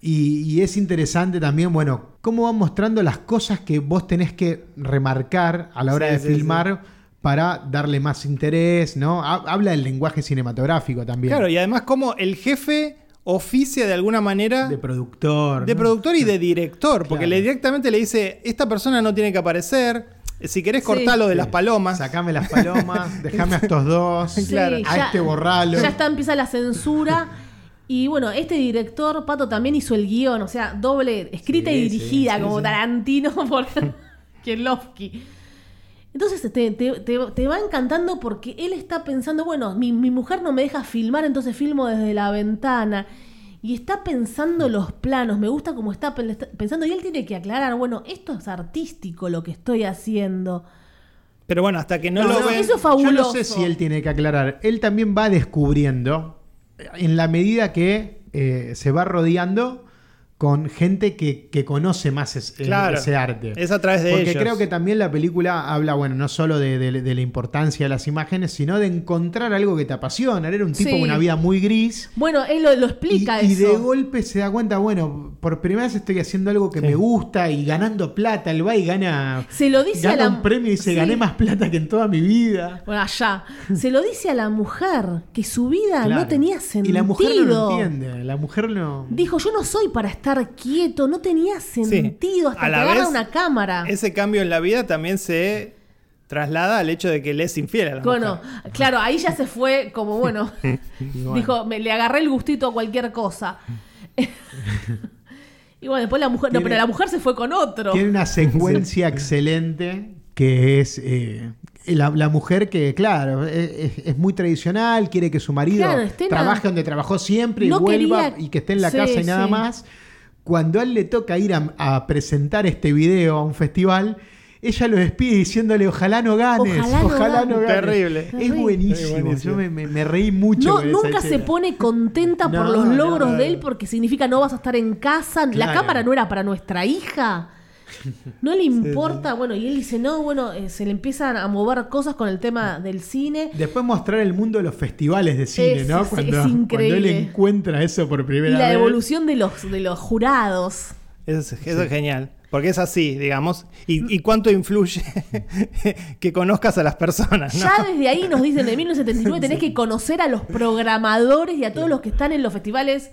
C: Y, y es interesante también, bueno, cómo van mostrando las cosas que vos tenés que remarcar a la hora
B: Sí,
C: de
B: sí,
C: filmar para darle más interés, ¿no? Ha- Habla del lenguaje cinematográfico también.
B: Claro, y además como el jefe oficia de alguna manera
C: de
B: de,
C: productor. ¿no?
B: productor y de director, porque
C: Claro.
B: le directamente le dice, esta persona no tiene que aparecer, si querés
D: Sí.
B: cortalo de
C: Sí.
B: las palomas.
C: Sacame las palomas, dejame a estos dos.
D: Ah. Sí,
B: claro,
C: a este borralo.
D: Ya está, empieza la censura. Y bueno, este director, Pato, también hizo el guión, o sea, doble, escrita
C: Sí,
D: y
C: sí,
D: dirigida,
C: sí,
D: como
C: sí.
D: Tarantino por Kielovsky. Entonces te, te- te- te va encantando porque él está pensando, bueno, mi, mi mujer no me deja filmar, entonces filmo desde la ventana. Y está pensando los planos, me gusta cómo está pen- pensando. Y él tiene que aclarar, bueno, esto es artístico lo que estoy haciendo.
B: Pero bueno, hasta que no,
D: No,
B: lo
D: no,
B: ven...
D: eso es
C: Yo no
D: fabuloso.
C: sé si él tiene que aclarar. Él también va descubriendo eh, en la medida que eh, se va rodeando con gente que, que conoce más es- eh,
B: Claro,
C: ese arte.
B: es a través de
C: Porque
B: ellos.
C: creo que también la película habla, bueno, no solo de, de- de la importancia de las imágenes, sino de encontrar algo que te apasiona. Él era un tipo
D: Sí.
C: con una vida muy gris.
D: Bueno, él lo, lo explica
C: y, y
D: eso.
C: de golpe se da cuenta, bueno, por primera vez estoy haciendo algo que me gusta y ganando plata. Él va y gana,
D: Se lo dice
C: gana
D: a la
C: un premio y dice,
D: Sí.
C: gané más plata que en toda mi vida.
D: Bueno, allá. Se lo dice a la mujer que su vida
C: Claro.
D: Ah, no tenía sentido.
C: Y la mujer no lo entiende. La mujer no.
D: Dijo, yo no soy para estar quieto, no tenía sentido hasta
B: A
D: que
B: la
D: agarra
B: vez,
D: una cámara.
B: Ese cambio en la vida también se traslada al hecho de que le es infiel a la
D: Bueno,
B: mujer.
D: claro, ahí ya se fue como bueno. Dijo, me, le agarré el gustito a cualquier cosa. y bueno, después la mujer. No,
C: Tiene-
D: pero la mujer se fue con otro.
C: Tiene una secuencia excelente que es eh, la, la mujer que, claro, es, es muy tradicional, quiere que su marido
D: Claro, esté en la-
C: trabaje donde trabajó siempre y
D: No
C: vuelva
D: quería-
C: y que esté en la
D: Sí,
C: casa y nada
D: sí.
C: más. Cuando a él le toca ir a, a presentar este video a un festival, ella lo despide diciéndole, ojalá no ganes,
D: Ojalá
C: ojalá,
D: no
C: no,
B: ganes".
C: ganes.
B: Terrible.
C: Es
D: Terrible.
C: buenísimo.
B: Es buenísimo.
C: Yo me, me- me reí mucho.
D: No,
C: con esa
D: nunca se
C: escena.
D: pone contenta por
C: No,
D: los logros
C: no.
D: de él porque significa no vas a estar en casa. La
C: Claro.
D: cámara no era para nuestra hija. No le importa. Bueno, y él dice, no, bueno, eh, se le empiezan a mover cosas con el tema del cine.
C: Después mostrar el mundo de los festivales de cine,
D: Es-
C: ¿no?
D: es-
C: Cuando,
D: es increíble.
C: cuando él encuentra eso por
D: Y
C: primera vez.
D: la evolución de los, de los jurados.
B: Eso, es, eso es genial. Porque es así, digamos. Y, y cuánto influye que conozcas a las personas, ¿no?
D: Ya desde ahí nos dicen, en 1979 tenés que conocer a los programadores y a todos los que están en los festivales.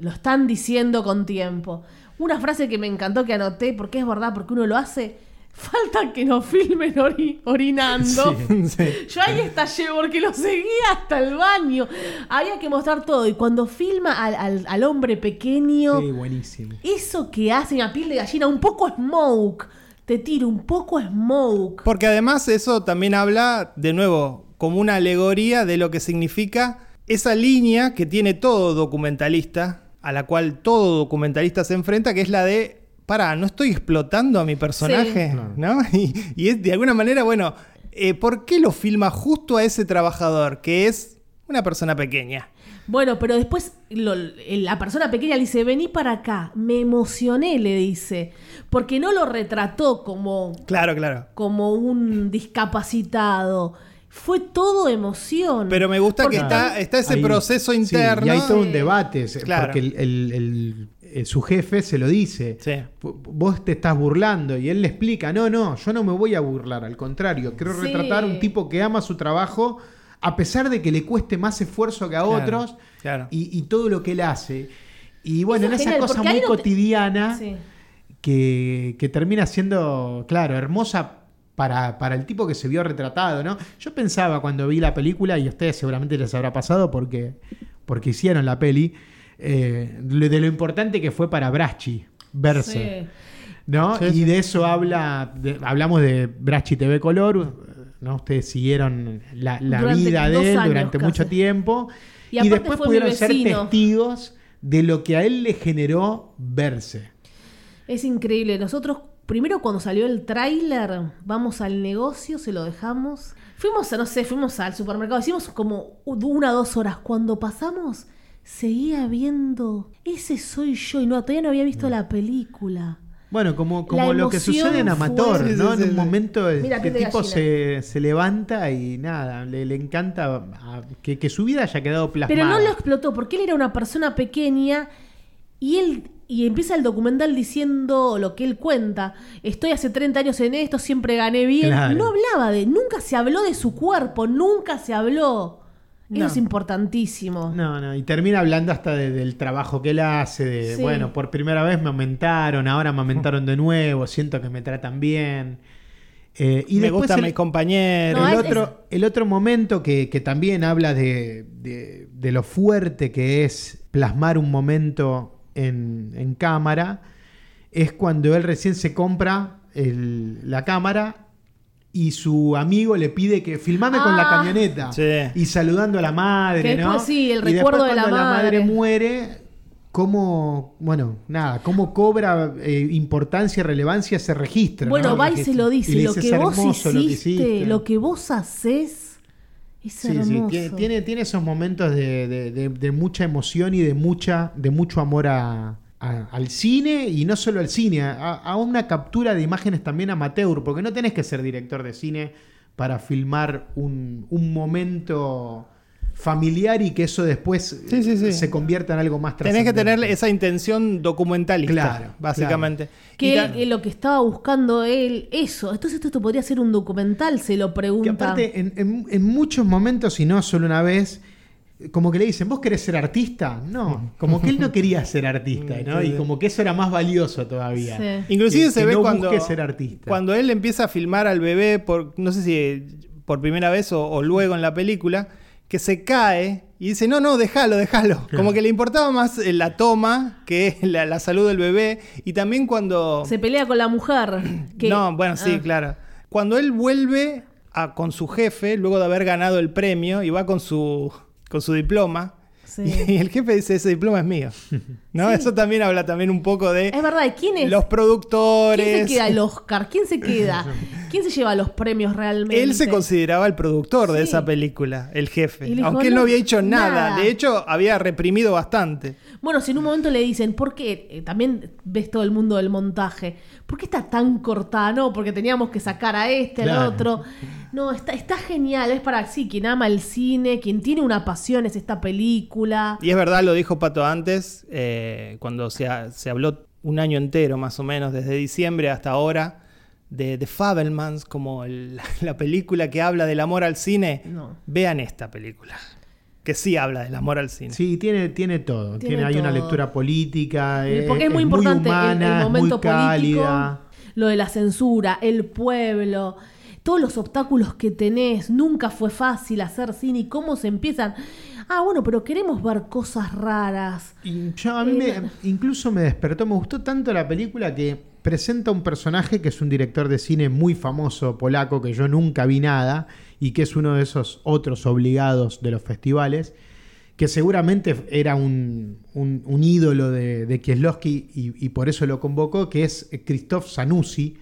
D: Lo están diciendo con tiempo. Una frase que me encantó que anoté, porque es verdad, porque uno lo hace. Falta que nos filmen ori- orinando.
B: Sí.
D: Yo ahí estallé porque lo seguía hasta el baño. Había que mostrar todo. Y cuando filma al, al- al hombre pequeño,
C: Sí, buenísimo.
D: eso que hace una piel de gallina, un poco smoke. Te tiro un poco smoke.
B: Porque además eso también habla, de nuevo, como una alegoría de lo que significa esa línea que tiene todo documentalista, a la cual todo documentalista se enfrenta, que es la de, para, no estoy explotando a mi personaje, ¿no? Y, y es de alguna manera, bueno, eh, ¿por qué lo filma justo a ese trabajador, que es una persona pequeña?
D: Bueno, pero después lo- la persona pequeña le dice, vení para acá. Me emocioné, le dice. Porque no lo retrató como,
B: Claro, claro.
D: como un discapacitado. Fue todo emoción.
B: Pero me gusta que
D: Porque
B: está, está ese
C: Ah, Ahí-
B: proceso
C: sí,
B: interno.
C: y hay todo un debate, se-
B: Claro.
C: porque el- el- el- eh, su jefe se lo dice.
B: Sí.
C: "V- Vos te estás burlando y él le explica, no, no, yo no me voy a burlar, al contrario, quiero
D: Sí.
C: retratar a un tipo que ama su trabajo a pesar de que le cueste más esfuerzo que a
B: Claro,
C: otros
B: claro.
C: Y, y todo lo que él hace. Y bueno, en
D: Eso es
C: esa
D: genial,
C: cosa
D: porque ahí
C: muy
D: no te-
C: cotidiana
D: Sí.
C: que, que termina siendo, claro, hermosa para, para el tipo que se vio retratado, ¿no? Yo pensaba cuando vi la película, y a ustedes seguramente les habrá pasado porque, porque hicieron la peli, eh, lo- de lo importante que fue para Braschi verse.
D: Sí.
C: ¿no?
B: Sí,
C: y
B: sí.
C: de eso habla, de- hablamos de Braschi TV Color, ¿no? Ustedes siguieron la, la
D: Durante
C: vida
D: dos
C: de él
D: años
C: durante
D: casi.
C: mucho tiempo.
D: Y
C: Y,
D: aparte
C: después
D: fue mi
C: pudieron ser
D: vecino.
C: testigos de lo que a él le generó verse.
D: Es increíble. Nosotros, primero cuando salió el tráiler, vamos al negocio, se lo dejamos. Fuimos a, no sé, fuimos al supermercado, hicimos como una o dos horas. Cuando pasamos, seguía viendo. Ese soy yo. Y no, todavía no había visto la película.
C: Bueno, como, como
D: La
C: lo que
D: emoción
C: sucede en
D: fue-
C: Amator,
B: Sí, sí,
C: ¿no?
B: sí,
C: en un
B: sí.
C: momento el
D: Mira,
C: este
D: piel de
C: tipo
D: gallina.
C: se, se levanta y nada, le, le encanta ah, que, que su vida haya quedado plasmada.
D: Pero no lo explotó porque él era una persona pequeña y él y empieza el documental diciendo lo que él cuenta. Estoy hace 30 años en esto, siempre gané bien.
C: Claro.
D: No hablaba de, nunca se habló de su cuerpo, nunca se habló. Eso
C: No.
D: es importantísimo.
C: No, no, y termina hablando hasta de- del trabajo que él hace, de,
D: Sí.
C: bueno, por primera vez me aumentaron, ahora me aumentaron de nuevo, siento que me tratan bien. Eh, y
B: me
C: después
B: gustan
C: el,
B: mis compañeros.
D: No,
C: el
D: es-
C: otro, el otro momento que, que también habla de, de- de lo fuerte que es plasmar un momento en, en cámara es cuando él recién se compra el- la cámara y su amigo le pide que filmame con la
D: Ah.
C: camioneta
B: Sí.
C: y saludando a la madre,
D: Que
C: ¿no?
D: después sí, el
C: Y después
D: recuerdo de la
C: cuando
D: madre.
C: muere, cómo, bueno, nada, cómo cobra eh, importancia y relevancia ese registro.
D: bueno,
C: ¿no?
D: va y se lo dice,
C: le
D: lo
C: dice,
D: que
C: "Es
D: vos
C: hermoso
D: hiciste,
C: lo
D: lo
C: que
D: que,
C: hiciste".
D: vos haces es
C: Sí, sí,
D: hermoso.
C: tie- tiene, tiene esos momentos de, de- de- de mucha emoción y de mucha, de mucho amor a- a- al cine, y no solo al cine, a, a una captura de imágenes también amateur, porque no tenés que ser director de cine para filmar un, un momento familiar y que eso después
B: Sí, sí, sí.
C: se convierta en algo más
B: Tenés que tener
C: trascendente.
B: esa intención documentalista,
C: Claro,
B: básicamente. Y
D: que él-
B: ta-
D: eh, lo que estaba buscando él, eso. Entonces esto, esto podría ser un documental, se lo
C: Que
D: pregunta.
C: aparte, en, en- en muchos momentos, y no solo una vez, como que le dicen, ¿vos querés ser artista? No, como que él no quería ser artista, ¿no? Y como que eso era más valioso todavía.
D: Sí.
B: Inclusive
C: Que-
B: se
C: que
B: ve
C: no
B: cuando,
C: busque ser artista.
B: cuando él empieza a filmar al bebé, por, no sé si por primera vez o, o luego en la película, que se cae y dice, no, no, déjalo, déjalo. Como que le importaba más eh, la toma que la, la salud del bebé. Y también cuando...
D: Se pelea con la mujer. que-
B: No, bueno, sí,
D: Ah.
B: claro. Cuando él vuelve a- con su jefe, luego de haber ganado el premio, y va con su, con su diploma,
D: Sí.
B: y, el jefe dice, ese diploma es mío. ¿No? Eso también habla también un poco de
D: Es verdad, ¿quién es?
B: los productores.
D: ¿Quién se queda el Oscar? ¿Quién se queda? ¿Quién se lleva los premios realmente?
B: Él se consideraba el productor de
D: Sí.
B: esa película, el jefe.
D: Y le dijo,
B: aunque él no
D: "No,
B: había hecho nada.
D: nada".
B: De hecho, había reprimido bastante.
D: Bueno, si en un momento le dicen, ¿por qué? Eh, también ves todo el mundo del montaje. ¿Por qué está tan cortada? No, porque teníamos que sacar a este,
C: Claro.
D: al otro. No, está, está genial. Es para sí, quien ama el cine, quien tiene una pasión es esta película.
B: Y es verdad, lo dijo Pato antes, eh, cuando se, ha- se habló un año entero más o menos, desde diciembre hasta ahora, de The Fabelmans, como el- la, película que habla del amor al cine.
D: No.
B: Vean esta película, que sí habla del amor al cine.
C: Sí, tiene, tiene todo. Tiene,
D: Tiene
C: hay una
D: todo.
C: lectura política. eh,
D: Porque es muy importante el-
C: humana,
D: el,
C: es muy
D: momento
C: cálida.
D: político, lo de la censura, el pueblo, todos los obstáculos que tenés. Nunca fue fácil hacer cine y cómo se empiezan. Ah, bueno, pero queremos ver cosas raras.
C: Y yo- a mí me-
D: Eh,
C: incluso me despertó, me gustó tanto la película que presenta un personaje que es un director de cine muy famoso polaco que yo nunca vi nada y que es uno de esos otros obligados de los festivales, que seguramente era un, un- un ídolo de, de Kieslowski y, y por eso lo convocó, que es Christoph Zanussi.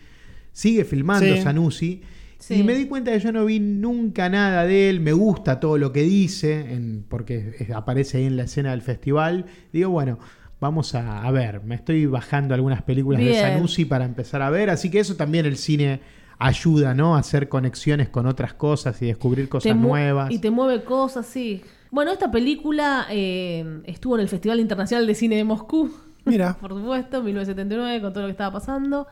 C: Sigue filmando
B: Sí.
C: Zanussi.
D: Sí.
C: Y me di cuenta que yo no vi nunca nada de él, me gusta todo lo que dice, en- porque es- aparece ahí en la escena del festival. Digo, bueno, vamos a, a ver, me estoy bajando algunas películas de
D: Bien.
C: Sanusi para empezar a ver, así que eso también el cine ayuda, ¿no? A hacer conexiones con otras cosas y descubrir
D: te
C: cosas
D: mu-
C: nuevas.
D: Y te mueve cosas, sí. Bueno, esta película eh, estuvo en el Festival Internacional de Cine de Moscú,
B: Mira,
D: por supuesto, en 1979, con todo lo que estaba pasando.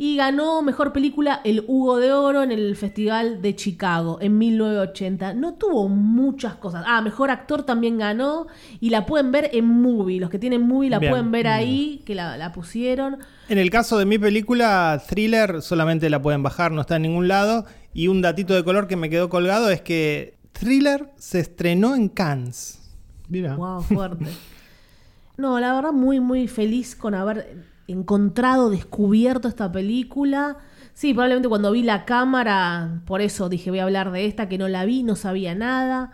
D: y ganó mejor película el Hugo de Oro en el Festival de Chicago en 1980. No tuvo muchas cosas. Ah, mejor actor también ganó y la pueden ver en Movie. Los que tienen Movie la
B: Bien.
D: pueden ver ahí, que la, la pusieron.
B: En el caso de mi película, Thriller solamente la pueden bajar, no está en ningún lado. Y un datito de color que me quedó colgado es que Thriller se estrenó en Cannes.
C: Mira.
D: Wow, fuerte. No, la verdad muy muy feliz con haber encontrado, descubierto esta película. Sí, probablemente cuando vi la cámara, por eso dije voy a hablar de esta, que no la vi, no sabía nada.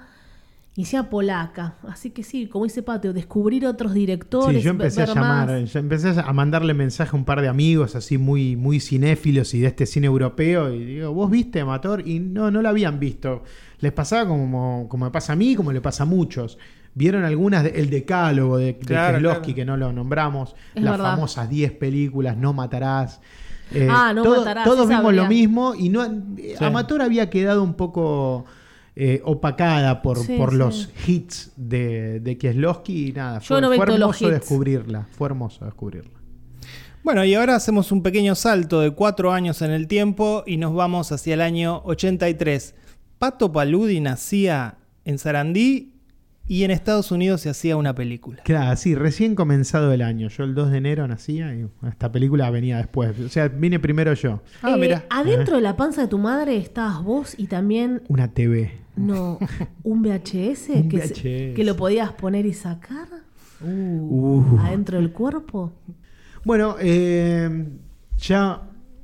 D: Y sea polaca. Así que sí, como dice Patio, descubrir otros directores.
C: Sí, yo empecé a
D: ver
C: llamar,
D: más.
C: yo empecé a mandarle mensaje a un par de amigos así muy, muy cinéfilos y de este cine europeo y digo, ¿vos viste Amator? Y no, no la habían visto. Les pasaba como, como me pasa a mí, como le pasa a muchos. Vieron algunas, de- el decálogo de, de
B: Claro,
C: Kieslowski,
B: claro.
C: que no lo nombramos,
D: Es
C: las
D: verdad.
C: famosas 10 películas, No Matarás. Eh,
D: Ah, No
C: todo-
D: Matarás,
C: Todos
D: esa
C: vimos lo
D: habría-
C: mismo y no, eh,
B: Sí.
C: Amator había quedado un poco... eh, opacada por,
D: Sí,
C: por
D: sí.
C: los hits de, de Kieslowski y nada,
D: Yo no veo todos los
C: hermoso
D: hits.
C: descubrirla. Fue hermoso descubrirla.
B: Bueno, y ahora hacemos un pequeño salto de cuatro años en el tiempo y nos vamos hacia el año 83. Pato Paludi nacía en Sarandí y en Estados Unidos se hacía una película.
C: Claro, sí, recién comenzado el año. Yo el 2 de enero nacía y esta película venía después. O sea, vine primero yo.
B: Ah,
D: Eh,
B: mira.
D: Adentro de la panza de tu madre estabas vos y también,
C: Una TV.
D: no, un VHS,
C: Un
D: que, se-
C: VHS.
D: que lo podías poner y sacar
C: Uh.
D: adentro del cuerpo.
C: Bueno, eh, ya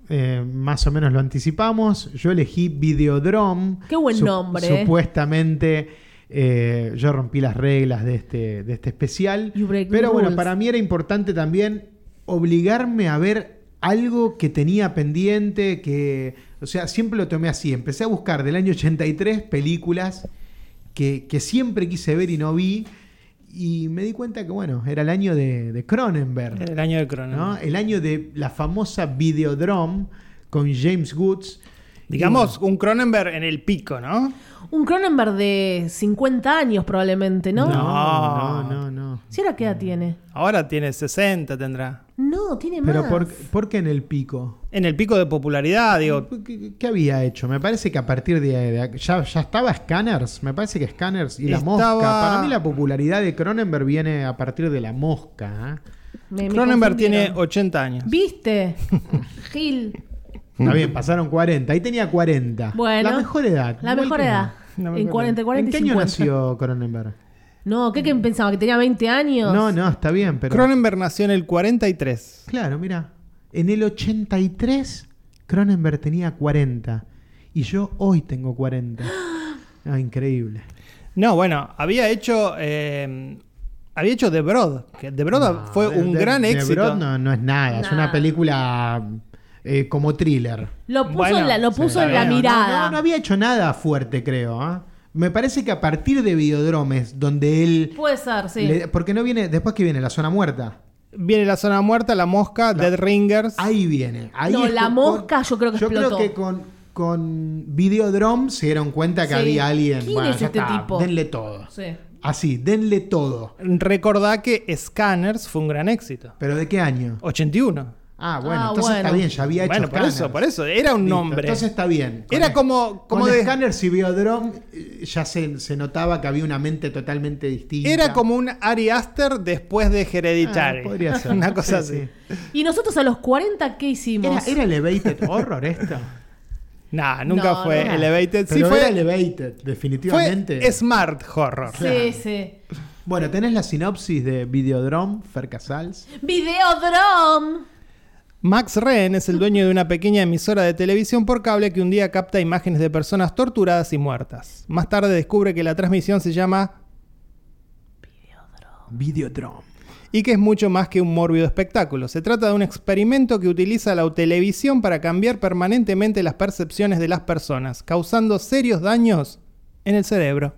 C: eh, más o menos lo anticipamos. Yo elegí Videodrome.
D: Qué buen nombre, eh.
C: Supuestamente eh, yo rompí las reglas de este, de este especial.
D: You break the
C: Pero bueno,
D: rules.
C: para mí era importante también obligarme a ver algo que tenía pendiente, que, o sea, siempre lo tomé así. Empecé a buscar del año 83 películas que, que siempre quise ver y no vi. Y me di cuenta que, bueno, era el año de de Cronenberg.
B: El año de Cronenberg.
C: ¿no? El año de la famosa Videodrome con James Woods.
B: Digamos, un Cronenberg en el pico, ¿no?
D: Un Cronenberg de 50 años probablemente, ¿no?
C: No, no, no. no.
D: ¿Si ahora qué edad tiene?
B: Ahora tiene 60, tendrá.
D: No, tiene
C: Pero
D: más.
C: por, ¿por qué en el pico?
B: En el pico de popularidad, digo.
C: ¿Qué, qué había hecho? Me parece que a partir de, de- ya, ya estaba Scanners, me parece que Scanners y la
B: Estaba-
C: mosca. Para mí la popularidad de Cronenberg viene a partir de la mosca. ¿eh?
D: Me- me
B: Cronenberg tiene
D: confundieron.
B: 80 años.
D: ¿Viste? Gil.
C: Está
B: Mm.
C: bien, pasaron 40, ahí tenía 40.
D: Bueno.
C: la mejor edad.
D: La
C: igual
D: mejor
C: que no.
D: edad.
B: No me
D: en
B: acuerdo.
D: 40, 40
C: ¿En qué
D: y
C: año
D: 50.
C: nació Cronenberg?
D: No, ¿qué, qué pensaba? ¿Que tenía 20 años?
C: No, no, está bien, pero...
B: Cronenberg nació en el 43.
C: Claro, mira. En el 83, Cronenberg tenía 40. Y yo hoy tengo 40. Ah, increíble.
B: No, bueno, había hecho. eh, había hecho The Broad. Que The Broad
C: No,
B: fue
C: Ah, de-
B: un
C: de-
B: gran
C: de
B: éxito.
C: Brod no, no es nada. Es una
D: Nah.
C: película eh, como thriller.
D: Lo puso
B: Bueno,
D: en la, lo
B: sí,
D: puso
B: está
D: en la
C: Bueno, no,
D: mirada.
C: No, no había hecho nada fuerte, creo. ¿ah? Me parece que a partir de Videodromes, donde él...
D: Puede ser, sí.
C: le- porque no viene... Después que viene La Zona Muerta.
B: Viene La Zona Muerta, La Mosca, Dead Ringers.
C: Ahí viene. Ahí
D: No,
C: es
D: la
C: con-
D: mosca yo creo que
C: Yo
D: explotó.
C: creo que con, con Videodrome se dieron cuenta que
D: Sí.
C: había alguien.
D: ¿Quién
C: bueno,
D: es
C: ya
D: este
C: está,
D: tipo?
C: Denle todo.
D: Sí.
C: Así, denle todo.
B: Recordá que Scanners fue un gran éxito.
C: ¿Pero de qué año?
B: 81.
C: Ah, bueno,
D: Ah,
C: entonces está
D: bueno.
C: bien, ya había hecho
B: Bueno, por eso,
C: Scanners.
B: por eso. Era un
C: Listo,
B: nombre.
C: Entonces está bien. Con
B: Era
C: el-
B: como- como
C: con
B: de-
C: Scanners y Videodrome eh, ya se, se notaba que había una mente totalmente distinta.
B: Era como un Ari Aster después de Hereditary.
C: Ah, podría ser.
B: Una cosa
C: Sí,
B: así.
D: ¿Y nosotros a los 40 qué hicimos?
C: ¿Era, ¿Era Elevated Horror esto?
B: Nah, nunca
D: No,
B: fue
D: no.
B: Elevated. Sí,
C: Pero
B: fue,
C: era Elevated, definitivamente.
B: fue Smart Horror.
D: Sí, sí.
C: Bueno, tenés la sinopsis de Videodrome, Fer Casals.
D: ¡Videodrome!
B: Max Rehn es el dueño de una pequeña emisora de televisión por cable que un día capta imágenes de personas torturadas y muertas. Más tarde descubre que la transmisión se llama
C: Videodrome.
B: y que es mucho más que un mórbido espectáculo. Se trata de un experimento que utiliza la televisión para cambiar permanentemente las percepciones de las personas, causando serios daños en el cerebro.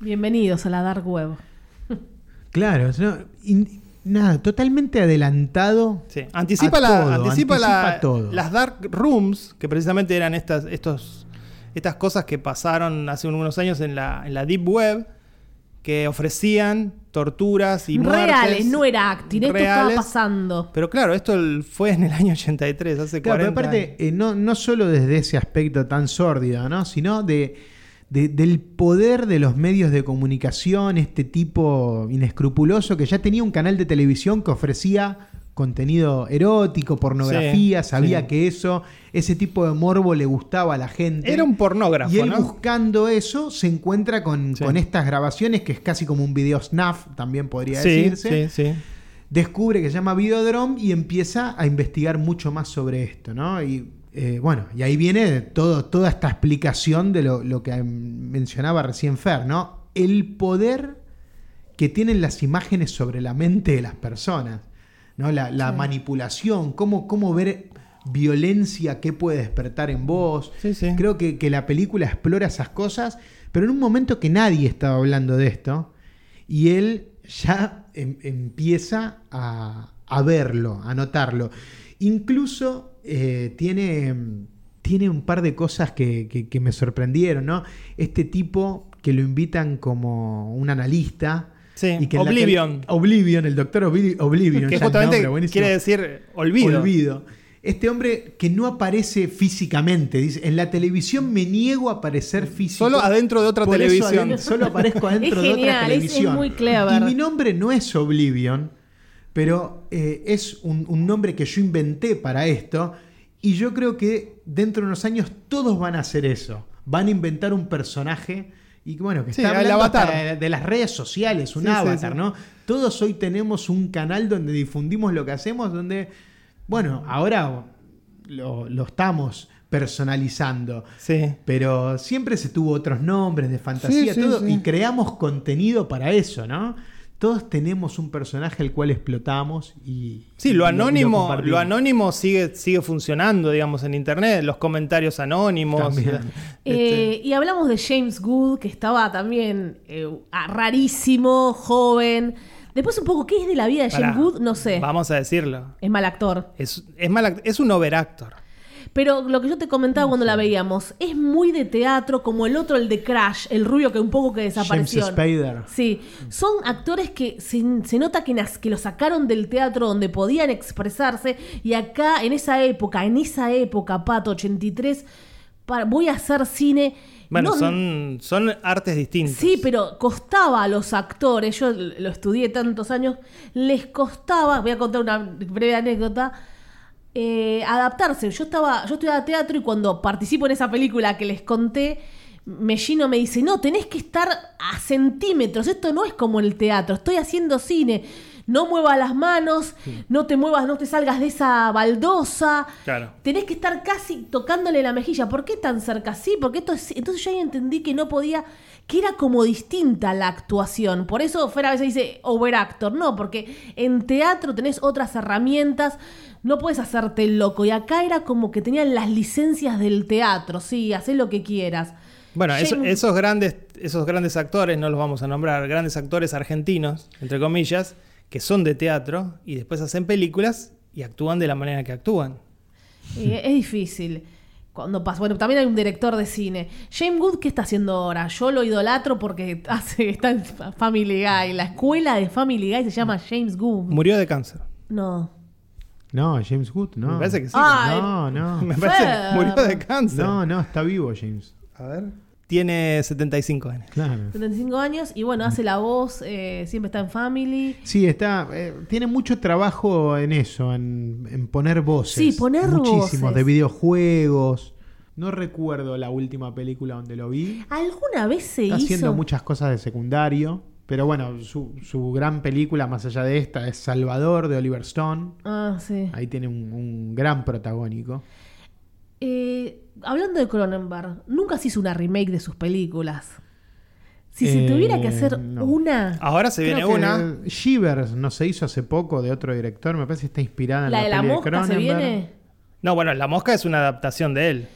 D: Bienvenidos a la Dark Web.
C: Claro, no, in- nada, totalmente adelantado.
B: Sí. Anticipa,
C: a
B: la-
C: todo,
B: anticipa la-
C: todo.
B: las dark rooms, que precisamente eran estas, estos, estas cosas que pasaron hace unos años en la, en la Deep Web, que ofrecían torturas y muertes.
D: Reales, no era acting, esto estaba
B: reales.
D: pasando.
B: Pero claro, esto el- fue en el año 83, hace
C: Claro, pero
B: 40
C: aparte,
B: años.
C: eh, no, no solo desde ese aspecto tan sórdido, ¿no? Sino de, de- del poder de los medios de comunicación, este tipo inescrupuloso que ya tenía un canal de televisión que ofrecía contenido erótico, pornografía,
B: Sí,
C: sabía
B: sí.
C: que eso, ese tipo de morbo le gustaba a la gente.
B: Era un pornógrafo,
C: Y él
B: ¿no?
C: buscando eso se encuentra con,
B: Sí.
C: con estas grabaciones, que es casi como un video snuff, también podría
B: Sí,
C: decirse
B: sí, sí.
C: descubre que se llama Videodrome y empieza a investigar mucho más sobre esto, ¿no? Y eh, bueno, y ahí viene todo, toda esta explicación de lo, lo que em, mencionaba recién Fer, ¿no? El poder que tienen las imágenes sobre la mente de las personas, ¿no? La, la manipulación, cómo, cómo ver violencia que puede despertar en vos.
B: Sí, sí.
C: Creo que, que la película explora esas cosas, pero en un momento que nadie estaba hablando de esto, y él ya em- empieza a, a verlo, a notarlo. Incluso eh, tiene, mm, tiene un par de cosas que, que- que me sorprendieron, ¿no? Este tipo que lo invitan como un analista.
B: Sí,
C: y que en la
B: Oblivion.
C: tele- Oblivion, el doctor Obli- Oblivion. ya
B: Que
C: el
B: justamente
C: nombre, buenísimo.
B: quiere decir olvido.
C: Este hombre que no aparece físicamente, dice, en la televisión me niego a aparecer físico.
B: Solo adentro de otra
C: Por eso
B: televisión.
C: adentro- solo aparezco adentro
D: Es
C: de otra
D: genial, es- es
C: televisión.
D: muy clever.
C: Y mi nombre no es Oblivion, pero eh, es un, un nombre que yo inventé para esto. Y yo creo que dentro de unos años todos van a hacer eso. Van a inventar un personaje. Y que, bueno, que
B: Sí,
C: está
B: el
C: hablando hasta
B: avatar.
C: de, de las redes sociales, un
B: Sí, sí,
C: avatar,
B: sí.
C: ¿no? Todos hoy tenemos un canal donde difundimos lo que hacemos, donde, bueno, ahora lo, lo estamos personalizando.
B: Sí.
C: Pero siempre se tuvo otros nombres de fantasía
B: Sí, sí,
C: todo,
B: sí.
C: y creamos contenido para eso, ¿no? Todos tenemos un personaje al cual explotamos y.
B: Sí, lo
C: y y
B: anónimo,
C: compartimos.
B: lo anónimo sigue, sigue funcionando, digamos, en internet, los comentarios anónimos.
C: También.
B: Este,
D: Eh, y hablamos de James Good, que estaba también eh, ah, rarísimo, joven. Después un poco, ¿qué es de la vida de James
B: pará,
D: Good? No sé.
B: Vamos a decirlo.
D: Es mal actor.
B: Es, es, mal act- es un overactor.
D: Pero lo que yo te comentaba cuando la veíamos, es muy de teatro, como el otro, el de Crash, el rubio que un poco que
C: James
D: desapareció.
C: Spader.
D: Sí, son actores que se, se nota que, nas- que lo sacaron del teatro donde podían expresarse y acá en esa época, en esa época, Pato 83, para- voy a hacer cine.
B: Bueno,
D: No-
B: son, son artes distintas.
D: Sí, pero costaba a los actores, yo lo estudié tantos años, les costaba, voy a contar una breve anécdota, eh, adaptarse. Yo estaba, yo estudiaba teatro y cuando participo en esa película que les conté, Mellino me dice, no, tenés que estar a centímetros, esto no es como el teatro, estoy haciendo cine. No muevas las manos, no te muevas, no te salgas de esa baldosa.
B: Claro.
D: Tenés que estar casi tocándole la mejilla. ¿Por qué tan cerca? Sí, porque esto es... Entonces yo ahí entendí que no podía... Que era como distinta la actuación. Por eso fuera a veces dice overactor. No, porque en teatro tenés otras herramientas. No puedes hacerte el loco. Y acá era como que tenían las licencias del teatro. Sí, hacés lo que quieras.
B: Bueno, eso-
D: James-
B: esos, grandes, esos grandes actores, no los vamos a nombrar, grandes actores argentinos, entre comillas, que son de teatro y después hacen películas y actúan de la manera que actúan.
D: Y es difícil. Cuando pasa. Bueno, también hay un director de cine. James Good, ¿qué está haciendo ahora? Yo lo idolatro porque hace, está en Family Guy. La escuela de Family Guy se llama James Good.
B: Murió de cáncer.
D: No.
C: No, James Good, no.
B: Me parece que sí.
C: No,
D: Ah,
C: no.
B: Me parece que
D: Fer.
B: murió de cáncer.
C: No, no, está vivo James.
B: A ver. Tiene 75 años.
C: Claro.
D: 75 años y bueno, hace la voz, eh, siempre está en Family.
C: Sí, está. eh, tiene mucho trabajo en eso, en, en poner voces.
D: Sí, poner
C: Muchísimos,
D: voces.
C: de videojuegos. No recuerdo la última película donde lo vi.
D: ¿Alguna vez se
C: Está haciendo
D: hizo?
C: muchas cosas de secundario. Pero bueno, su, su gran película, más allá de esta, es Salvador de Oliver Stone.
D: Ah, sí.
C: Ahí tiene un, un gran protagónico.
D: Eh, hablando de Cronenberg, nunca se hizo una remake de sus películas. Si se
C: Eh,
D: tuviera que hacer
C: no. Ah,
D: una,
B: Ahora se viene
C: Creo que
B: una.
C: Shivers no se hizo hace poco de otro director. Me parece que está inspirada en
D: la
C: la,
D: de la
C: peli de
D: mosca se
C: Cronenberg.
D: viene.
B: No, bueno, La Mosca es una adaptación de él.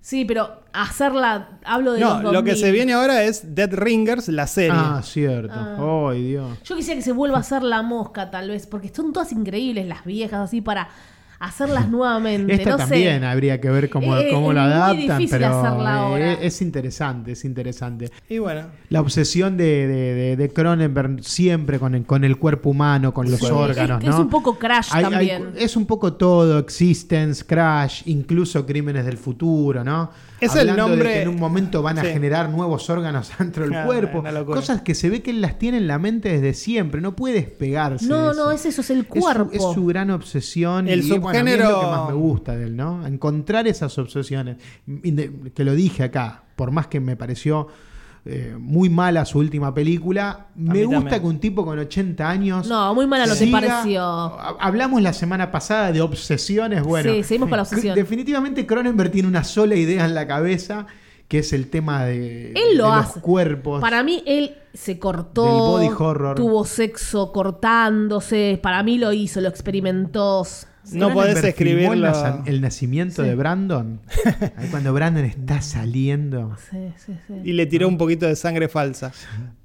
D: Sí, pero hacerla, hablo de
B: No,
D: los
B: lo que
D: 2000.
B: se viene ahora es Dead Ringers, la serie.
C: Ah, cierto. Ay,
D: Ah.
C: Dios.
D: Yo quisiera que se vuelva a hacer la mosca, tal vez, porque son todas increíbles las viejas, así para hacerlas nuevamente.
C: Esta
D: no sé.
C: también habría que ver cómo,
D: Eh,
C: cómo
D: es
C: la
D: muy
C: adaptan,
D: difícil
C: pero
D: hacerla ahora.
C: eh, es interesante, es interesante.
B: Y bueno,
C: La obsesión de, de- de- de Cronenberg siempre con el, con el cuerpo humano, con los
D: Sí, es-
C: órganos,
D: es,
C: ¿no?
D: un poco crash
C: Hay- hay-
D: también.
C: es un poco todo, Existence, Crash, incluso Crímenes del Futuro, ¿no?
B: Es el
C: Hablando de
B: nombre-
C: que en un momento van a
B: Sí.
C: generar nuevos órganos dentro del
B: Ah,
C: cuerpo.
B: una locura.
C: Cosas que se ve que él las tiene en la mente desde siempre, no puede despegarse. de
D: no,
C: eso.
D: no, es eso, es el
C: Es su-
D: cuerpo.
C: Es su, gran obsesión.
B: El
C: y, bueno, a mí es
B: subgénero-
C: lo que más me gusta de él, ¿no? Encontrar esas obsesiones. Inde- Que lo dije acá, por más que me pareció eh, muy mala su última película, me
B: mí
C: gusta
B: también.
C: que un tipo con 80 años.
D: No, muy mala lo que
C: siga-
D: pareció.
C: ha- Hablamos la semana pasada de obsesiones. Bueno,
D: sí, seguimos con la
C: cr-
D: obsesión.
C: definitivamente Cronenberg tiene una sola idea en la cabeza, que es el tema de,
D: Él lo
C: de
D: hace.
C: los cuerpos.
D: Para mí, él se cortó.
C: Del body horror.
D: Tuvo sexo cortándose. Para mí lo hizo, lo experimentó.
B: no podés
C: Cronenberg filmó el
B: escribirlo.
C: naza- El nacimiento de Brandon. Ahí cuando Brandon está saliendo.
D: Sí, sí, sí.
B: Y le tiró un poquito de sangre falsa.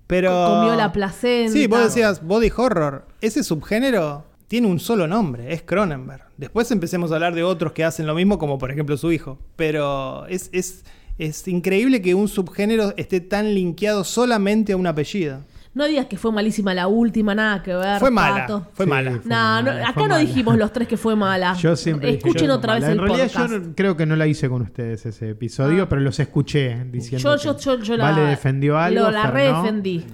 B: Pero.
D: Comió la placenta.
B: Sí, vos decías body horror. Ese subgénero tiene un solo nombre, es Cronenberg. Después empecemos a hablar de otros que hacen lo mismo, como por ejemplo su hijo. Pero es, es, es increíble que un subgénero esté tan linkeado solamente a un apellido.
D: No digas que fue malísima la última, nada que ver.
B: Fue mala,
D: Pato.
B: fue
C: Sí,
B: mala.
C: fue
D: No, no,
C: mala,
D: acá
C: fue
D: no
C: mala.
D: dijimos los tres que fue mala.
C: Yo siempre dije
D: Escuchen
C: que
D: otra
C: fue
D: vez
C: mala.
D: el
C: En realidad
D: podcast.
C: yo no- creo que no la hice con ustedes ese episodio,
D: Ah.
C: pero los escuché diciendo.
D: Yo, yo,
C: que
D: yo, yo la.
C: Vale defendió algo.
D: Lo, la
C: Fer no.
D: redefendí.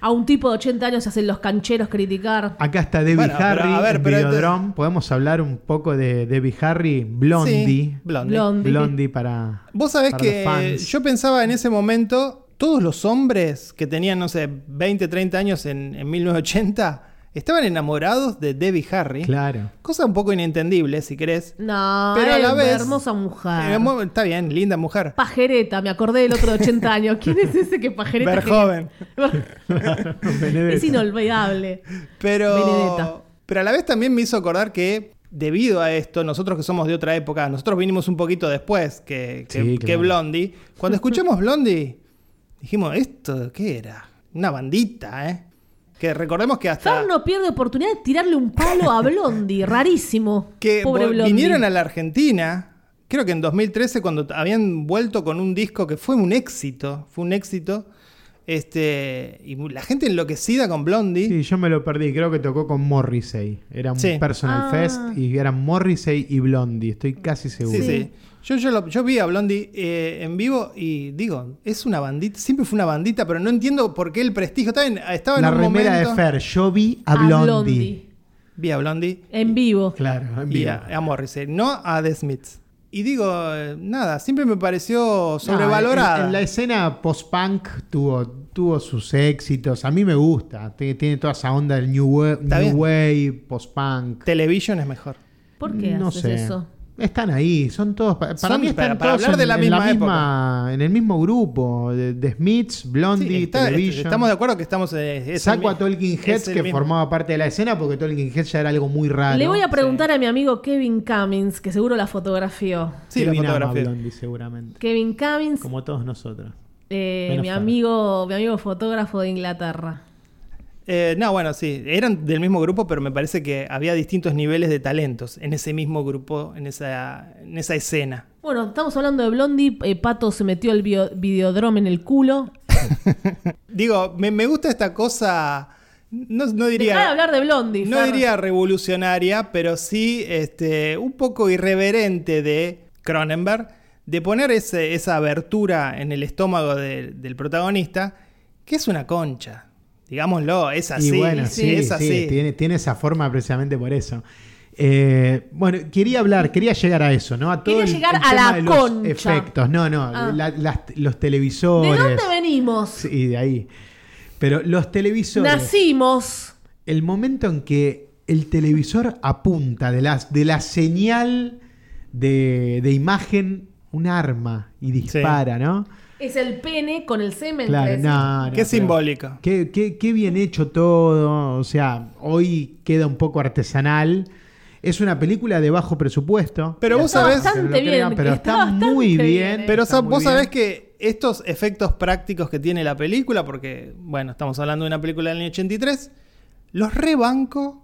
D: A un tipo de 80 años se hacen los cancheros criticar.
C: Acá está Debbie
B: Bueno, pero,
C: Harry
B: a ver,
C: en
B: pero este-
C: Videodrome. Podemos hablar un poco de Debbie Harry, Blondie.
B: Sí, Blondie.
D: Blondie.
C: Blondie para.
B: Vos sabés
C: para los
B: que
C: fans.
B: yo pensaba en ese momento, todos los hombres que tenían, no sé, 20, 30 años en, en 1980, estaban enamorados de Debbie Harry.
C: Claro.
B: Cosa un poco inentendible, si querés.
D: No,
B: Pero a la
D: era una
B: vez-
D: hermosa mujer.
B: Eh, mu- Está bien, linda mujer.
D: Pajereta, me acordé del otro de 80 años. ¿Quién es ese que pajereta? que-
B: Verjoven.
D: es
C: Benedetto.
D: inolvidable. Benedetta.
B: Pero, pero a la vez también me hizo acordar que debido a esto, nosotros que somos de otra época, nosotros vinimos un poquito después que, que,
C: Sí,
B: que
C: claro.
B: Blondie. Cuando escuchamos Blondie, dijimos, ¿esto qué era? Una bandita, ¿eh? Que recordemos que hasta...
D: Fer no pierde oportunidad de tirarle un palo a Blondie. Rarísimo.
B: que
D: Pobre
B: vo-
D: Blondie.
B: vinieron a la Argentina, creo que en 2013, cuando t- habían vuelto con un disco que fue un éxito, fue un éxito, este, y mu- la gente enloquecida con Blondie.
C: Sí, yo me lo perdí. Creo que tocó con Morrissey. Era un
B: Sí.
C: personal
D: Ah.
C: fest y eran Morrissey y Blondie. Estoy casi seguro.
B: Sí,
D: Sí.
B: sí. Yo, yo, lo- yo vi a Blondie eh, en vivo y digo, es una bandita, siempre fue una bandita, pero no entiendo por qué el prestigio. Estaba en, estaba en
C: La
B: un
C: remera
B: momento.
C: de Fer. Yo vi a,
D: Blondie.
C: Blondie.
B: Vi a Blondie
D: En vivo.
C: Claro, en
B: y
C: vivo.
B: a, a Morrissey, no a The Smiths. Y digo, eh, nada, siempre me pareció sobrevalorada.
C: No, Ah, en- en la escena post-punk tuvo, tuvo sus éxitos. A mí me gusta. Tiene, tiene toda esa onda del New, wa-
B: Está
C: new
B: bien.
C: Wave, post-punk.
B: Television es mejor.
D: ¿Por qué
C: no
D: haces
C: sé.
D: eso?
C: Están ahí, son todos. pa- Para
B: Son-
C: mí están
B: para- para
C: todos
B: hablar de
C: en,
B: la
C: en
B: misma
C: misma- en el mismo grupo. De, de Smiths,
B: Sí,
C: Blondie,
B: está- este,
C: Television.
B: estamos de acuerdo que estamos. eh, es el
C: Saco
B: mi-
C: a Tolkien
B: es
C: Heads
B: el
C: que
B: mismo.
C: formaba parte de la escena porque Tolkien Heads ya era algo muy raro.
D: Le voy a preguntar a mi amigo Kevin Cummins, que seguro la fotografió.
B: Sí, la
C: Kevin ama
B: fotografía.
C: Blondie, seguramente.
D: Kevin Cummins,
C: Como todos nosotros.
D: eh,
C: Menos
D: mi
C: Fer.
D: amigo, mi amigo fotógrafo de Inglaterra.
B: Eh, no, bueno, sí. Eran del mismo grupo, pero me parece que había distintos niveles de talentos en ese mismo grupo, en esa, en esa escena.
D: Bueno, estamos hablando de Blondie. eh, Pato se metió el bio- videodrome en el culo.
B: Digo, me, me gusta esta cosa. No, no
D: Dejá de
B: diría.
D: hablar de Blondie.
B: No
D: Fer.
B: diría revolucionaria, pero sí este, un poco irreverente de Cronenberg, de poner ese- esa abertura en el estómago de- del protagonista, que es una concha. Digámoslo, es así.
C: y bueno, sí,
B: Ah, es
C: sí,
B: así.
C: tiene, tiene esa forma precisamente por eso. Eh, bueno, quería hablar, quería llegar a eso, ¿no? A todo
D: Quería
C: el-
D: llegar
C: el
D: a
C: tema
D: la
C: de los
D: concha.
C: efectos, no, no,
D: Ah.
C: la- las- los
D: ¿De
C: televisores.
D: dónde venimos?
C: Sí, de ahí. Pero los televisores.
D: Nacimos.
C: El momento en que el televisor apunta de la, de la señal de, de imagen un arma y dispara, ¿no?
D: Es el pene con el semen.
C: Claro,
D: ¿crees?
C: no, no,
B: Qué
C: pero-
B: simbólico.
C: Qué, qué- qué bien hecho todo. O sea, hoy queda un poco artesanal. Es una película de bajo presupuesto.
B: Pero vos
D: Está
B: sabés.
D: bastante
C: Pero lo crean,
D: bien,
C: pero
D: está
C: está muy
D: bastante
C: bien.
D: bien.
B: Pero
C: está
B: sa-
C: muy
B: vos
C: bien.
B: sabés que estos efectos prácticos que tiene la película, porque, bueno, estamos hablando de una película del año 83, los rebanco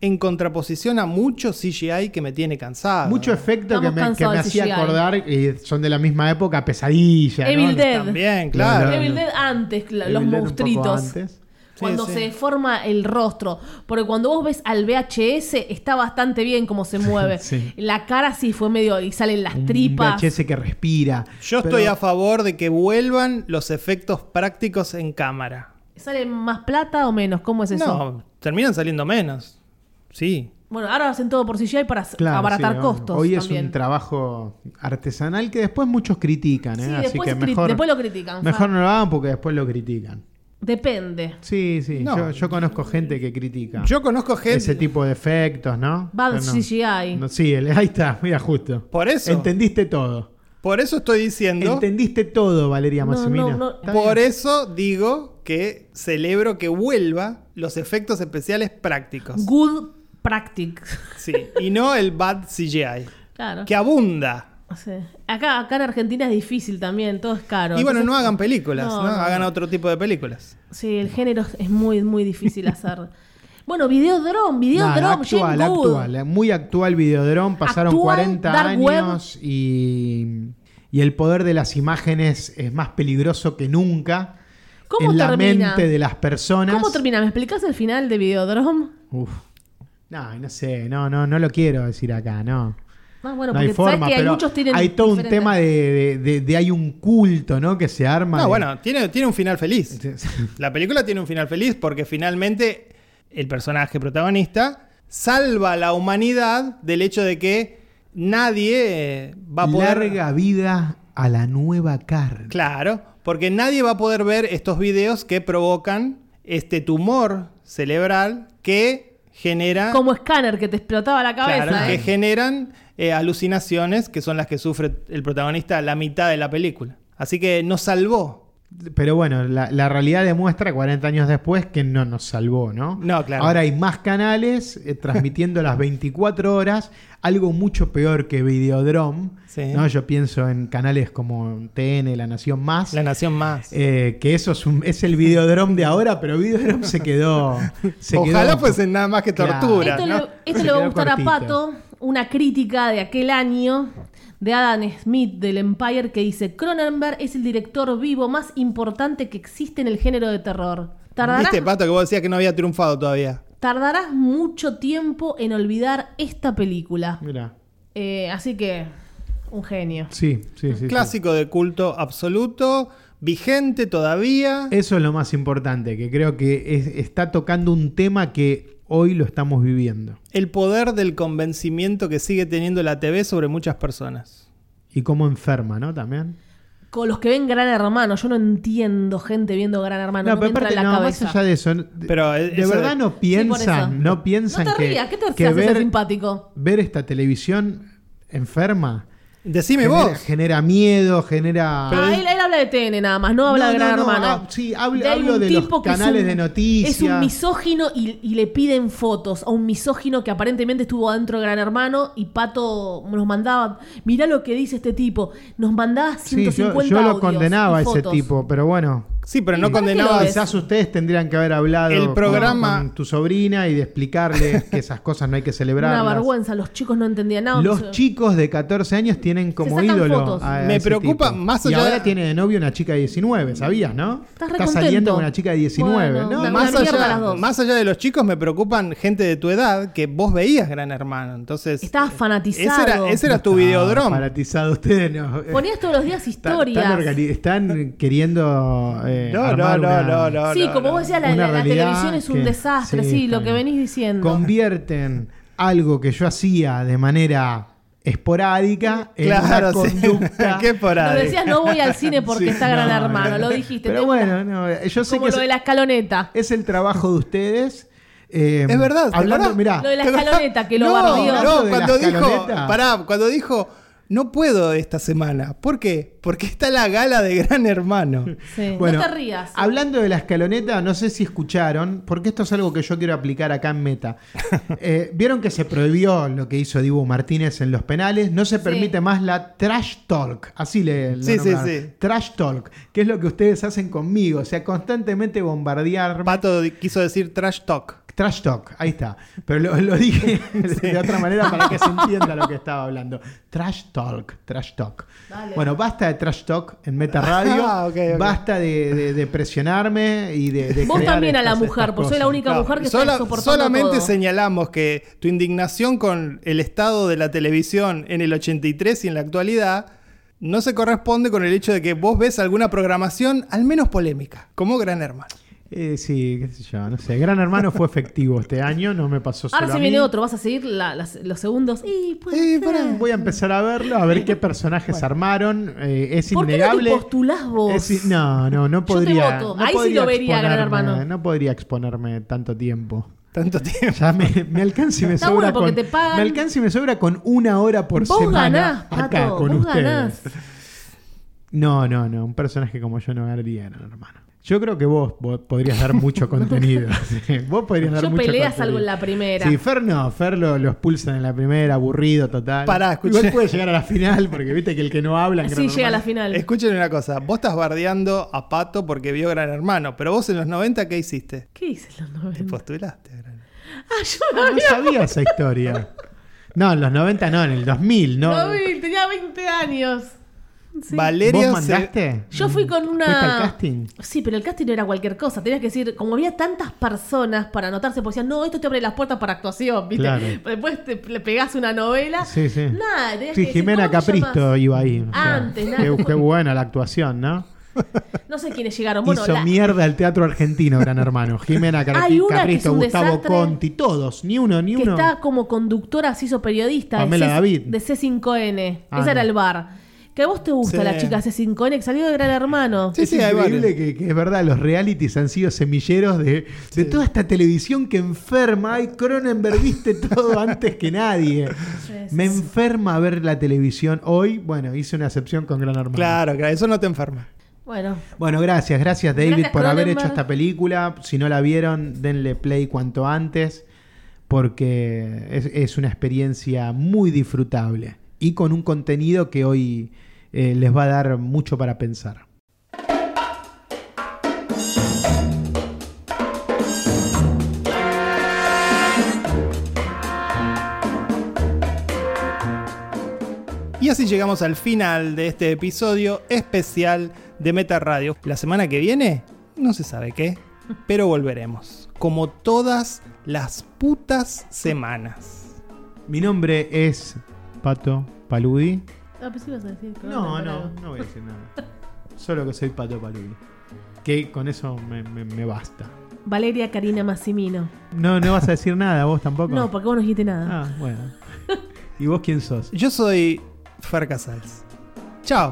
B: en contraposición a mucho CGI que me tiene cansado.
C: Mucho efecto que me,
D: Estamos
C: que
D: cansados
C: me
D: del CGI.
C: hacía acordar, y son de la misma época, pesadilla.
D: Evil
C: ¿no?
D: Dead.
B: También, claro.
C: Claro.
D: Evil Dead antes, cla- los
C: Evil Dead un poco
D: monstruitos.
C: antes.
D: Cuando
B: Sí,
D: se
B: sí.
D: deforma el rostro. Porque cuando vos ves al VHS, está bastante bien cómo se mueve.
C: Sí.
D: La cara sí fue medio. y salen las
C: Un
D: tripas.
C: VHS que respira.
B: Yo
C: Pero-
B: estoy a favor de que vuelvan los efectos prácticos en cámara.
D: ¿Sale más plata o menos? ¿Cómo es eso?
B: No, terminan saliendo menos. Sí.
D: Bueno, ahora hacen todo por CGI para s-
C: Claro,
D: abaratar
C: sí, bueno,
D: costos.
C: Hoy es
D: también.
C: un trabajo artesanal que después muchos critican, ¿eh?
D: Sí,
C: así
D: después
C: que
D: cri-
C: mejor,
D: después lo critican,
C: Mejor
D: Fran.
C: no lo hagan porque después lo critican.
D: Depende.
C: Sí, sí,
B: No.
C: yo, yo conozco gente que critica
B: Yo conozco gente.
C: ese tipo de efectos, ¿no?
D: Bad
C: Pero no.
D: CGI.
C: No, sí, el- ahí está, mira justo.
B: Por eso.
C: Entendiste todo.
B: Por eso estoy diciendo.
C: Entendiste todo, Valeria
D: No,
C: Massimina.
D: no, no.
C: Está bien.
B: Por eso digo que celebro que vuelva los efectos especiales prácticos.
D: Good practice.
B: Sí. Y no el bad CGI.
D: Claro.
B: Que abunda.
D: Sí. Acá, acá en Argentina es difícil también, todo es caro.
B: Y bueno,
D: Entonces-
B: no hagan películas,
D: No,
B: ¿no?
D: no,
B: Hagan
D: no.
B: otro tipo de películas.
D: Sí, el género es muy, muy difícil hacer. bueno, Videodrome, Videodrome,
C: Nada,
D: Jane
C: actual,
D: Goode.
C: actual, muy actual Videodrome, pasaron
D: Actual,
C: 40
D: Dark Web.
C: años y, y el poder de las imágenes es más peligroso que nunca
D: ¿Cómo
C: en la
D: termina?
C: mente de las personas.
D: ¿Cómo termina? ¿Me explicás el final de Videodrome?
C: Uf. No, no sé, no, no, no lo quiero decir acá, no.
D: Ah,
C: no
D: bueno, porque
C: hay forma,
D: sabes que hay
C: pero
D: muchos tienen
C: hay todo
D: diferentes-
C: un tema de, de- de- de hay un culto, ¿no? Que se arma.
B: No,
C: de-
B: bueno, tiene, tiene un final feliz. La película tiene un final feliz porque finalmente el personaje protagonista salva a la humanidad del hecho de que nadie eh, va a poder.
C: Larga vida a la nueva carne.
B: Claro, porque nadie va a poder ver estos videos que provocan este tumor cerebral que genera.
D: Como escáner que te explotaba la cabeza.
B: Claro, que
D: ¿eh?
B: generan eh, alucinaciones que son las que sufre el protagonista a la mitad de la película. Así que nos salvó.
C: Pero bueno, la, la realidad demuestra 40 años después que no nos salvó, ¿no?
B: No, claro.
C: Ahora hay más canales eh, transmitiendo las 24 horas, algo mucho peor que Videodrome.
B: Sí.
C: ¿no? Yo pienso en canales como TN, La Nación Más.
B: La nación más.
C: eh, que eso es, un- es el videodrome de ahora, pero videodrome se quedó. Se
B: Ojalá
C: quedó-
B: fuesen nada más que
C: Claro.
B: tortura.
D: Esto,
B: ¿no?
D: le, esto
C: Se
D: le va a
C: quedó
D: gustar
C: cortito.
D: a Pato, una crítica de aquel año de Adam Smith del Empire que dice, Cronenberg es el director vivo más importante que existe en el género de terror. Tardarás,
C: Este
B: ¿Viste, Pato, que vos decías que no había triunfado todavía?
D: tardarás mucho tiempo en olvidar esta película.
C: Mirá,
D: Eh, así que, un genio.
C: sí, sí, sí, sí.
B: Clásico de culto absoluto, vigente todavía.
C: Eso es lo más importante, que creo que es- está tocando un tema que hoy lo estamos viviendo.
B: El poder del convencimiento que sigue teniendo la TV sobre muchas personas.
C: Y cómo enferma, ¿no? También.
D: Con los que ven Gran Hermano, yo no entiendo gente viendo Gran Hermano, Ah, no, me entra en la
C: no,
D: cabeza.
C: más allá de eso, de,
B: Pero, eh,
C: de
B: eso-
C: verdad no
D: Sí, por
C: piensan,
D: eso.
C: no piensan
D: No te
C: que,
D: rías, ¿qué te hace
C: que
D: ser
C: ver,
D: simpático?
C: ver esta televisión enferma
B: Decime
C: genera,
B: vos.
C: genera miedo, genera...
D: Ah, él, él habla de TN nada más, no habla
C: No,
D: de Gran
C: no, no,
D: Hermano.
C: ah, sí, hablo-
D: hay
C: hablo
D: un
C: de los
D: tipo que es
C: canales
D: un-
C: de noticias.
D: Es un misógino y, y le piden fotos a un misógino que aparentemente estuvo adentro de Gran Hermano y Pato nos mandaba, mirá lo que dice este tipo, nos mandaba
C: Sí,
D: 150
C: yo, yo lo
D: audios
C: condenaba a
D: y
C: ese
D: fotos. Pues-
C: tipo, pero bueno,
B: Sí, pero
D: ¿Y
B: no
D: para qué lo
B: condenaba
D: ves?
C: Quizás ustedes tendrían que haber hablado
B: El
C: con-
B: programa-
C: con, tu sobrina y de explicarle que esas cosas no hay que celebrar.
D: Una vergüenza, los chicos no entendían nada.
C: Los
D: no sé.
C: chicos de 14 años tienen como
D: sacan
C: ídolo.
D: fotos.
C: a
B: Me
C: ese
B: preocupa
C: tipo.
B: más
C: Y
B: allá-
C: ahora tiene de novio una chica de 19, ¿sabías, no?
D: Estás re
C: Está
D: contento.
C: saliendo con una chica de 19.
D: Bueno,
C: ¿no?
D: una-
C: Más-
B: Más
D: mierda las
B: allá,
D: dos.
B: más allá de los chicos me preocupan gente de tu edad que vos veías Gran Hermano. Entonces, eh,
D: Estabas fanatizado.
B: ese era, ese era tu
C: No,
B: videodrome.
C: Fanatizado ustedes, no.
D: Ponías todos los días
C: Están- están
D: historias.
C: organi- Están, queriendo. eh,
B: No, no,
C: armar
B: no,
C: una-
B: no, no,
D: sí,
B: no,
D: como
B: no.
D: vos decías, la,
C: una
D: la- la
C: realidad
D: televisión es un
C: que-
D: desastre, sí,
C: sí, está
D: lo que
C: bien.
D: venís diciendo.
C: convierten algo que yo hacía de manera esporádica en
B: Claro,
C: una
B: sí.
C: conducta.
B: Qué por
D: Nos
B: ahí.
D: decías, no voy al cine porque
C: Sí,
D: está Gran
C: no,
D: Hermano,
C: no.
D: lo dijiste.
C: Pero
D: te-
C: bueno, no, yo sé
D: como
C: que es,
D: lo de la escaloneta.
C: es el trabajo de ustedes. eh,
B: Es verdad, ¿te
C: Hablando,
B: acordás?
C: mirá,
D: Lo de la escaloneta que lo
B: no,
D: bardeó.
B: No,
C: Hablando de
B: cuando
C: la
B: dijo,
C: escaloneta.
B: pará, cuando dijo, no puedo esta semana. ¿Por qué? Porque está la gala de Gran Hermano.
D: Sí.
C: Bueno,
D: no te rías.
C: Hablando de la escaloneta, no sé si escucharon, porque esto es algo que yo quiero aplicar acá en Meta. Eh, Vieron que se prohibió lo que hizo Dibu Martínez en los penales, no se permite más la trash talk, así le, le
B: Sí, sí,
C: nombraron.
B: sí.
C: Trash talk, que es lo que ustedes hacen conmigo, o sea, constantemente bombardear
B: Pato di- quiso decir trash talk.
C: Trash Talk, ahí está. Pero lo, lo dije de otra manera para que se entienda lo que estaba hablando. Trash Talk, Trash Talk.
D: Dale.
C: Bueno, basta de Trash Talk en Meta Radio.
B: Ah, ok, ok.
C: Basta de, de- de presionarme y de. de
D: Vos
C: crear
D: también a la
C: estas-
D: mujer,
C: estas
D: porque soy la
C: cosas.
D: única
B: No,
D: mujer que
B: sola-
D: está soportando
B: solamente
D: todo.
B: señalamos que tu indignación con el estado de la televisión en el 83 y en la actualidad no se corresponde con el hecho de que vos ves alguna programación al menos polémica, como Gran Hermano.
C: Eh, sí, qué sé yo, no sé. Gran Hermano fue efectivo este año, no me pasó solo
D: Ahora
C: a
D: se
C: mí.
D: viene otro, vas a seguir la- las- los segundos. Y
C: Eh, pará, voy a empezar a verlo, a ver qué personajes armaron. Eh, es
D: ¿Por qué no
C: innegable.
D: te postulás vos?
C: Es- no, no, no
D: Yo te
C: podría.
D: voto.
C: no
D: Ahí sí
C: podría
D: lo vería, Gran
C: exponerme,
D: Hermano.
C: No podría exponerme tanto tiempo.
B: Tanto tiempo.
C: Ya me, me alcanza y me
D: Está
C: sobra
D: bueno porque
C: con.
D: te pagan.
C: Me alcanza y me sobra con una hora por
D: vos ganás,
C: semana.
D: Pato,
C: acá con
D: vos
C: ustedes.
D: ganás.
C: No, no, no. Un personaje como yo no ganaría, Gran hermano. Yo creo que vos, vos podrías dar mucho contenido. Sí, vos podrías dar
D: Yo
C: mucho
D: pelea,
C: contenido.
D: salgo en la primera.
C: Sí, Fer no, Fer lo, lo expulsan en la primera, aburrido total.
B: Pará, escuché.
C: Igual puede llegar a la final, porque viste que el que no habla en Gran
D: Sí, llega a la
C: Hermano-
D: final.
B: Escuchen una cosa, vos estás bardeando a Pato porque vio Gran Hermano, pero vos en los 90 ¿qué hiciste?
D: ¿Qué dicen los
B: Te
D: 90?
B: postulaste a Gran Hermano.
D: Ah, yo no
C: No sabía esa historia. No, en los 90 no, en el 2000, ¿no?
D: lo vi, tenía 20 años. Sí.
B: Valeria
C: ¿Vos
B: se-
C: mandaste?
D: Yo fui con una.
C: ¿Fuiste al casting?
D: Sí, pero el casting no era cualquier cosa. Tenías que decir, como había tantas personas para anotarse, porque decían, no, esto te abre las puertas para actuación, ¿viste?
C: Claro.
D: Pero Después te, le pegás una novela.
C: Sí, sí.
D: Nada, tenías
C: Sí,
D: que decir,
C: Jimena
D: ¿cómo te
C: Capristo
D: llamas?
C: iba ahí. o sea,
D: Antes, nada.
C: qué, qué buena la actuación, ¿no?
D: No sé quiénes llegaron. Bueno,
C: Hizo
D: la-
C: mierda el teatro argentino, gran hermano. Jimena Car-
D: Hay una que
C: Capristo,
D: es un
C: Gustavo
D: desastre.
C: Conti, todos, ni uno, ni
D: que
C: uno.
D: está como conductora, se hizo periodista.
C: Pamela
D: de C-
C: David.
D: De C5N.
C: Ah,
D: Esa era
C: no.
D: el bar. Que a vos te gusta
B: Sí.
D: la chica C5N que salió de Gran Hermano.
B: Sí,
C: es
B: sí, hay
C: increíble
B: varios.
C: que, que es verdad, los realities han sido semilleros de, de toda esta televisión que enferma. Ay, Cronenberg, viste todo antes que nadie.
D: sí,
C: Me enferma ver la televisión hoy. Bueno, hice una excepción con Gran Hermano.
B: Claro, claro, eso no te enferma.
D: Bueno,
C: Bueno, gracias, gracias David
D: Gracias,
C: por haber
D: Cronenberg.
C: hecho esta película. Si no la vieron, denle play cuanto antes, porque es, es una experiencia muy disfrutable y con un contenido que hoy eh, les va a dar mucho para pensar.
B: Y así llegamos al final de este episodio especial de Meta Radio. La semana que viene, no se sabe qué, pero volveremos. Como todas las putas semanas.
C: Mi nombre es Pato Paludi.
D: ah, pues ibas a decir. que
C: No,
D: era
C: no,
D: para-
C: no voy a decir nada. Solo que soy Pato Paludi. Que con eso me, me- me basta.
D: Valeria Karina Massimino.
C: No, no vas a decir nada, vos tampoco.
D: No, porque vos no dijiste nada.
C: Ah, bueno. ¿Y vos quién sos?
B: Yo soy Fer Casals. Chao.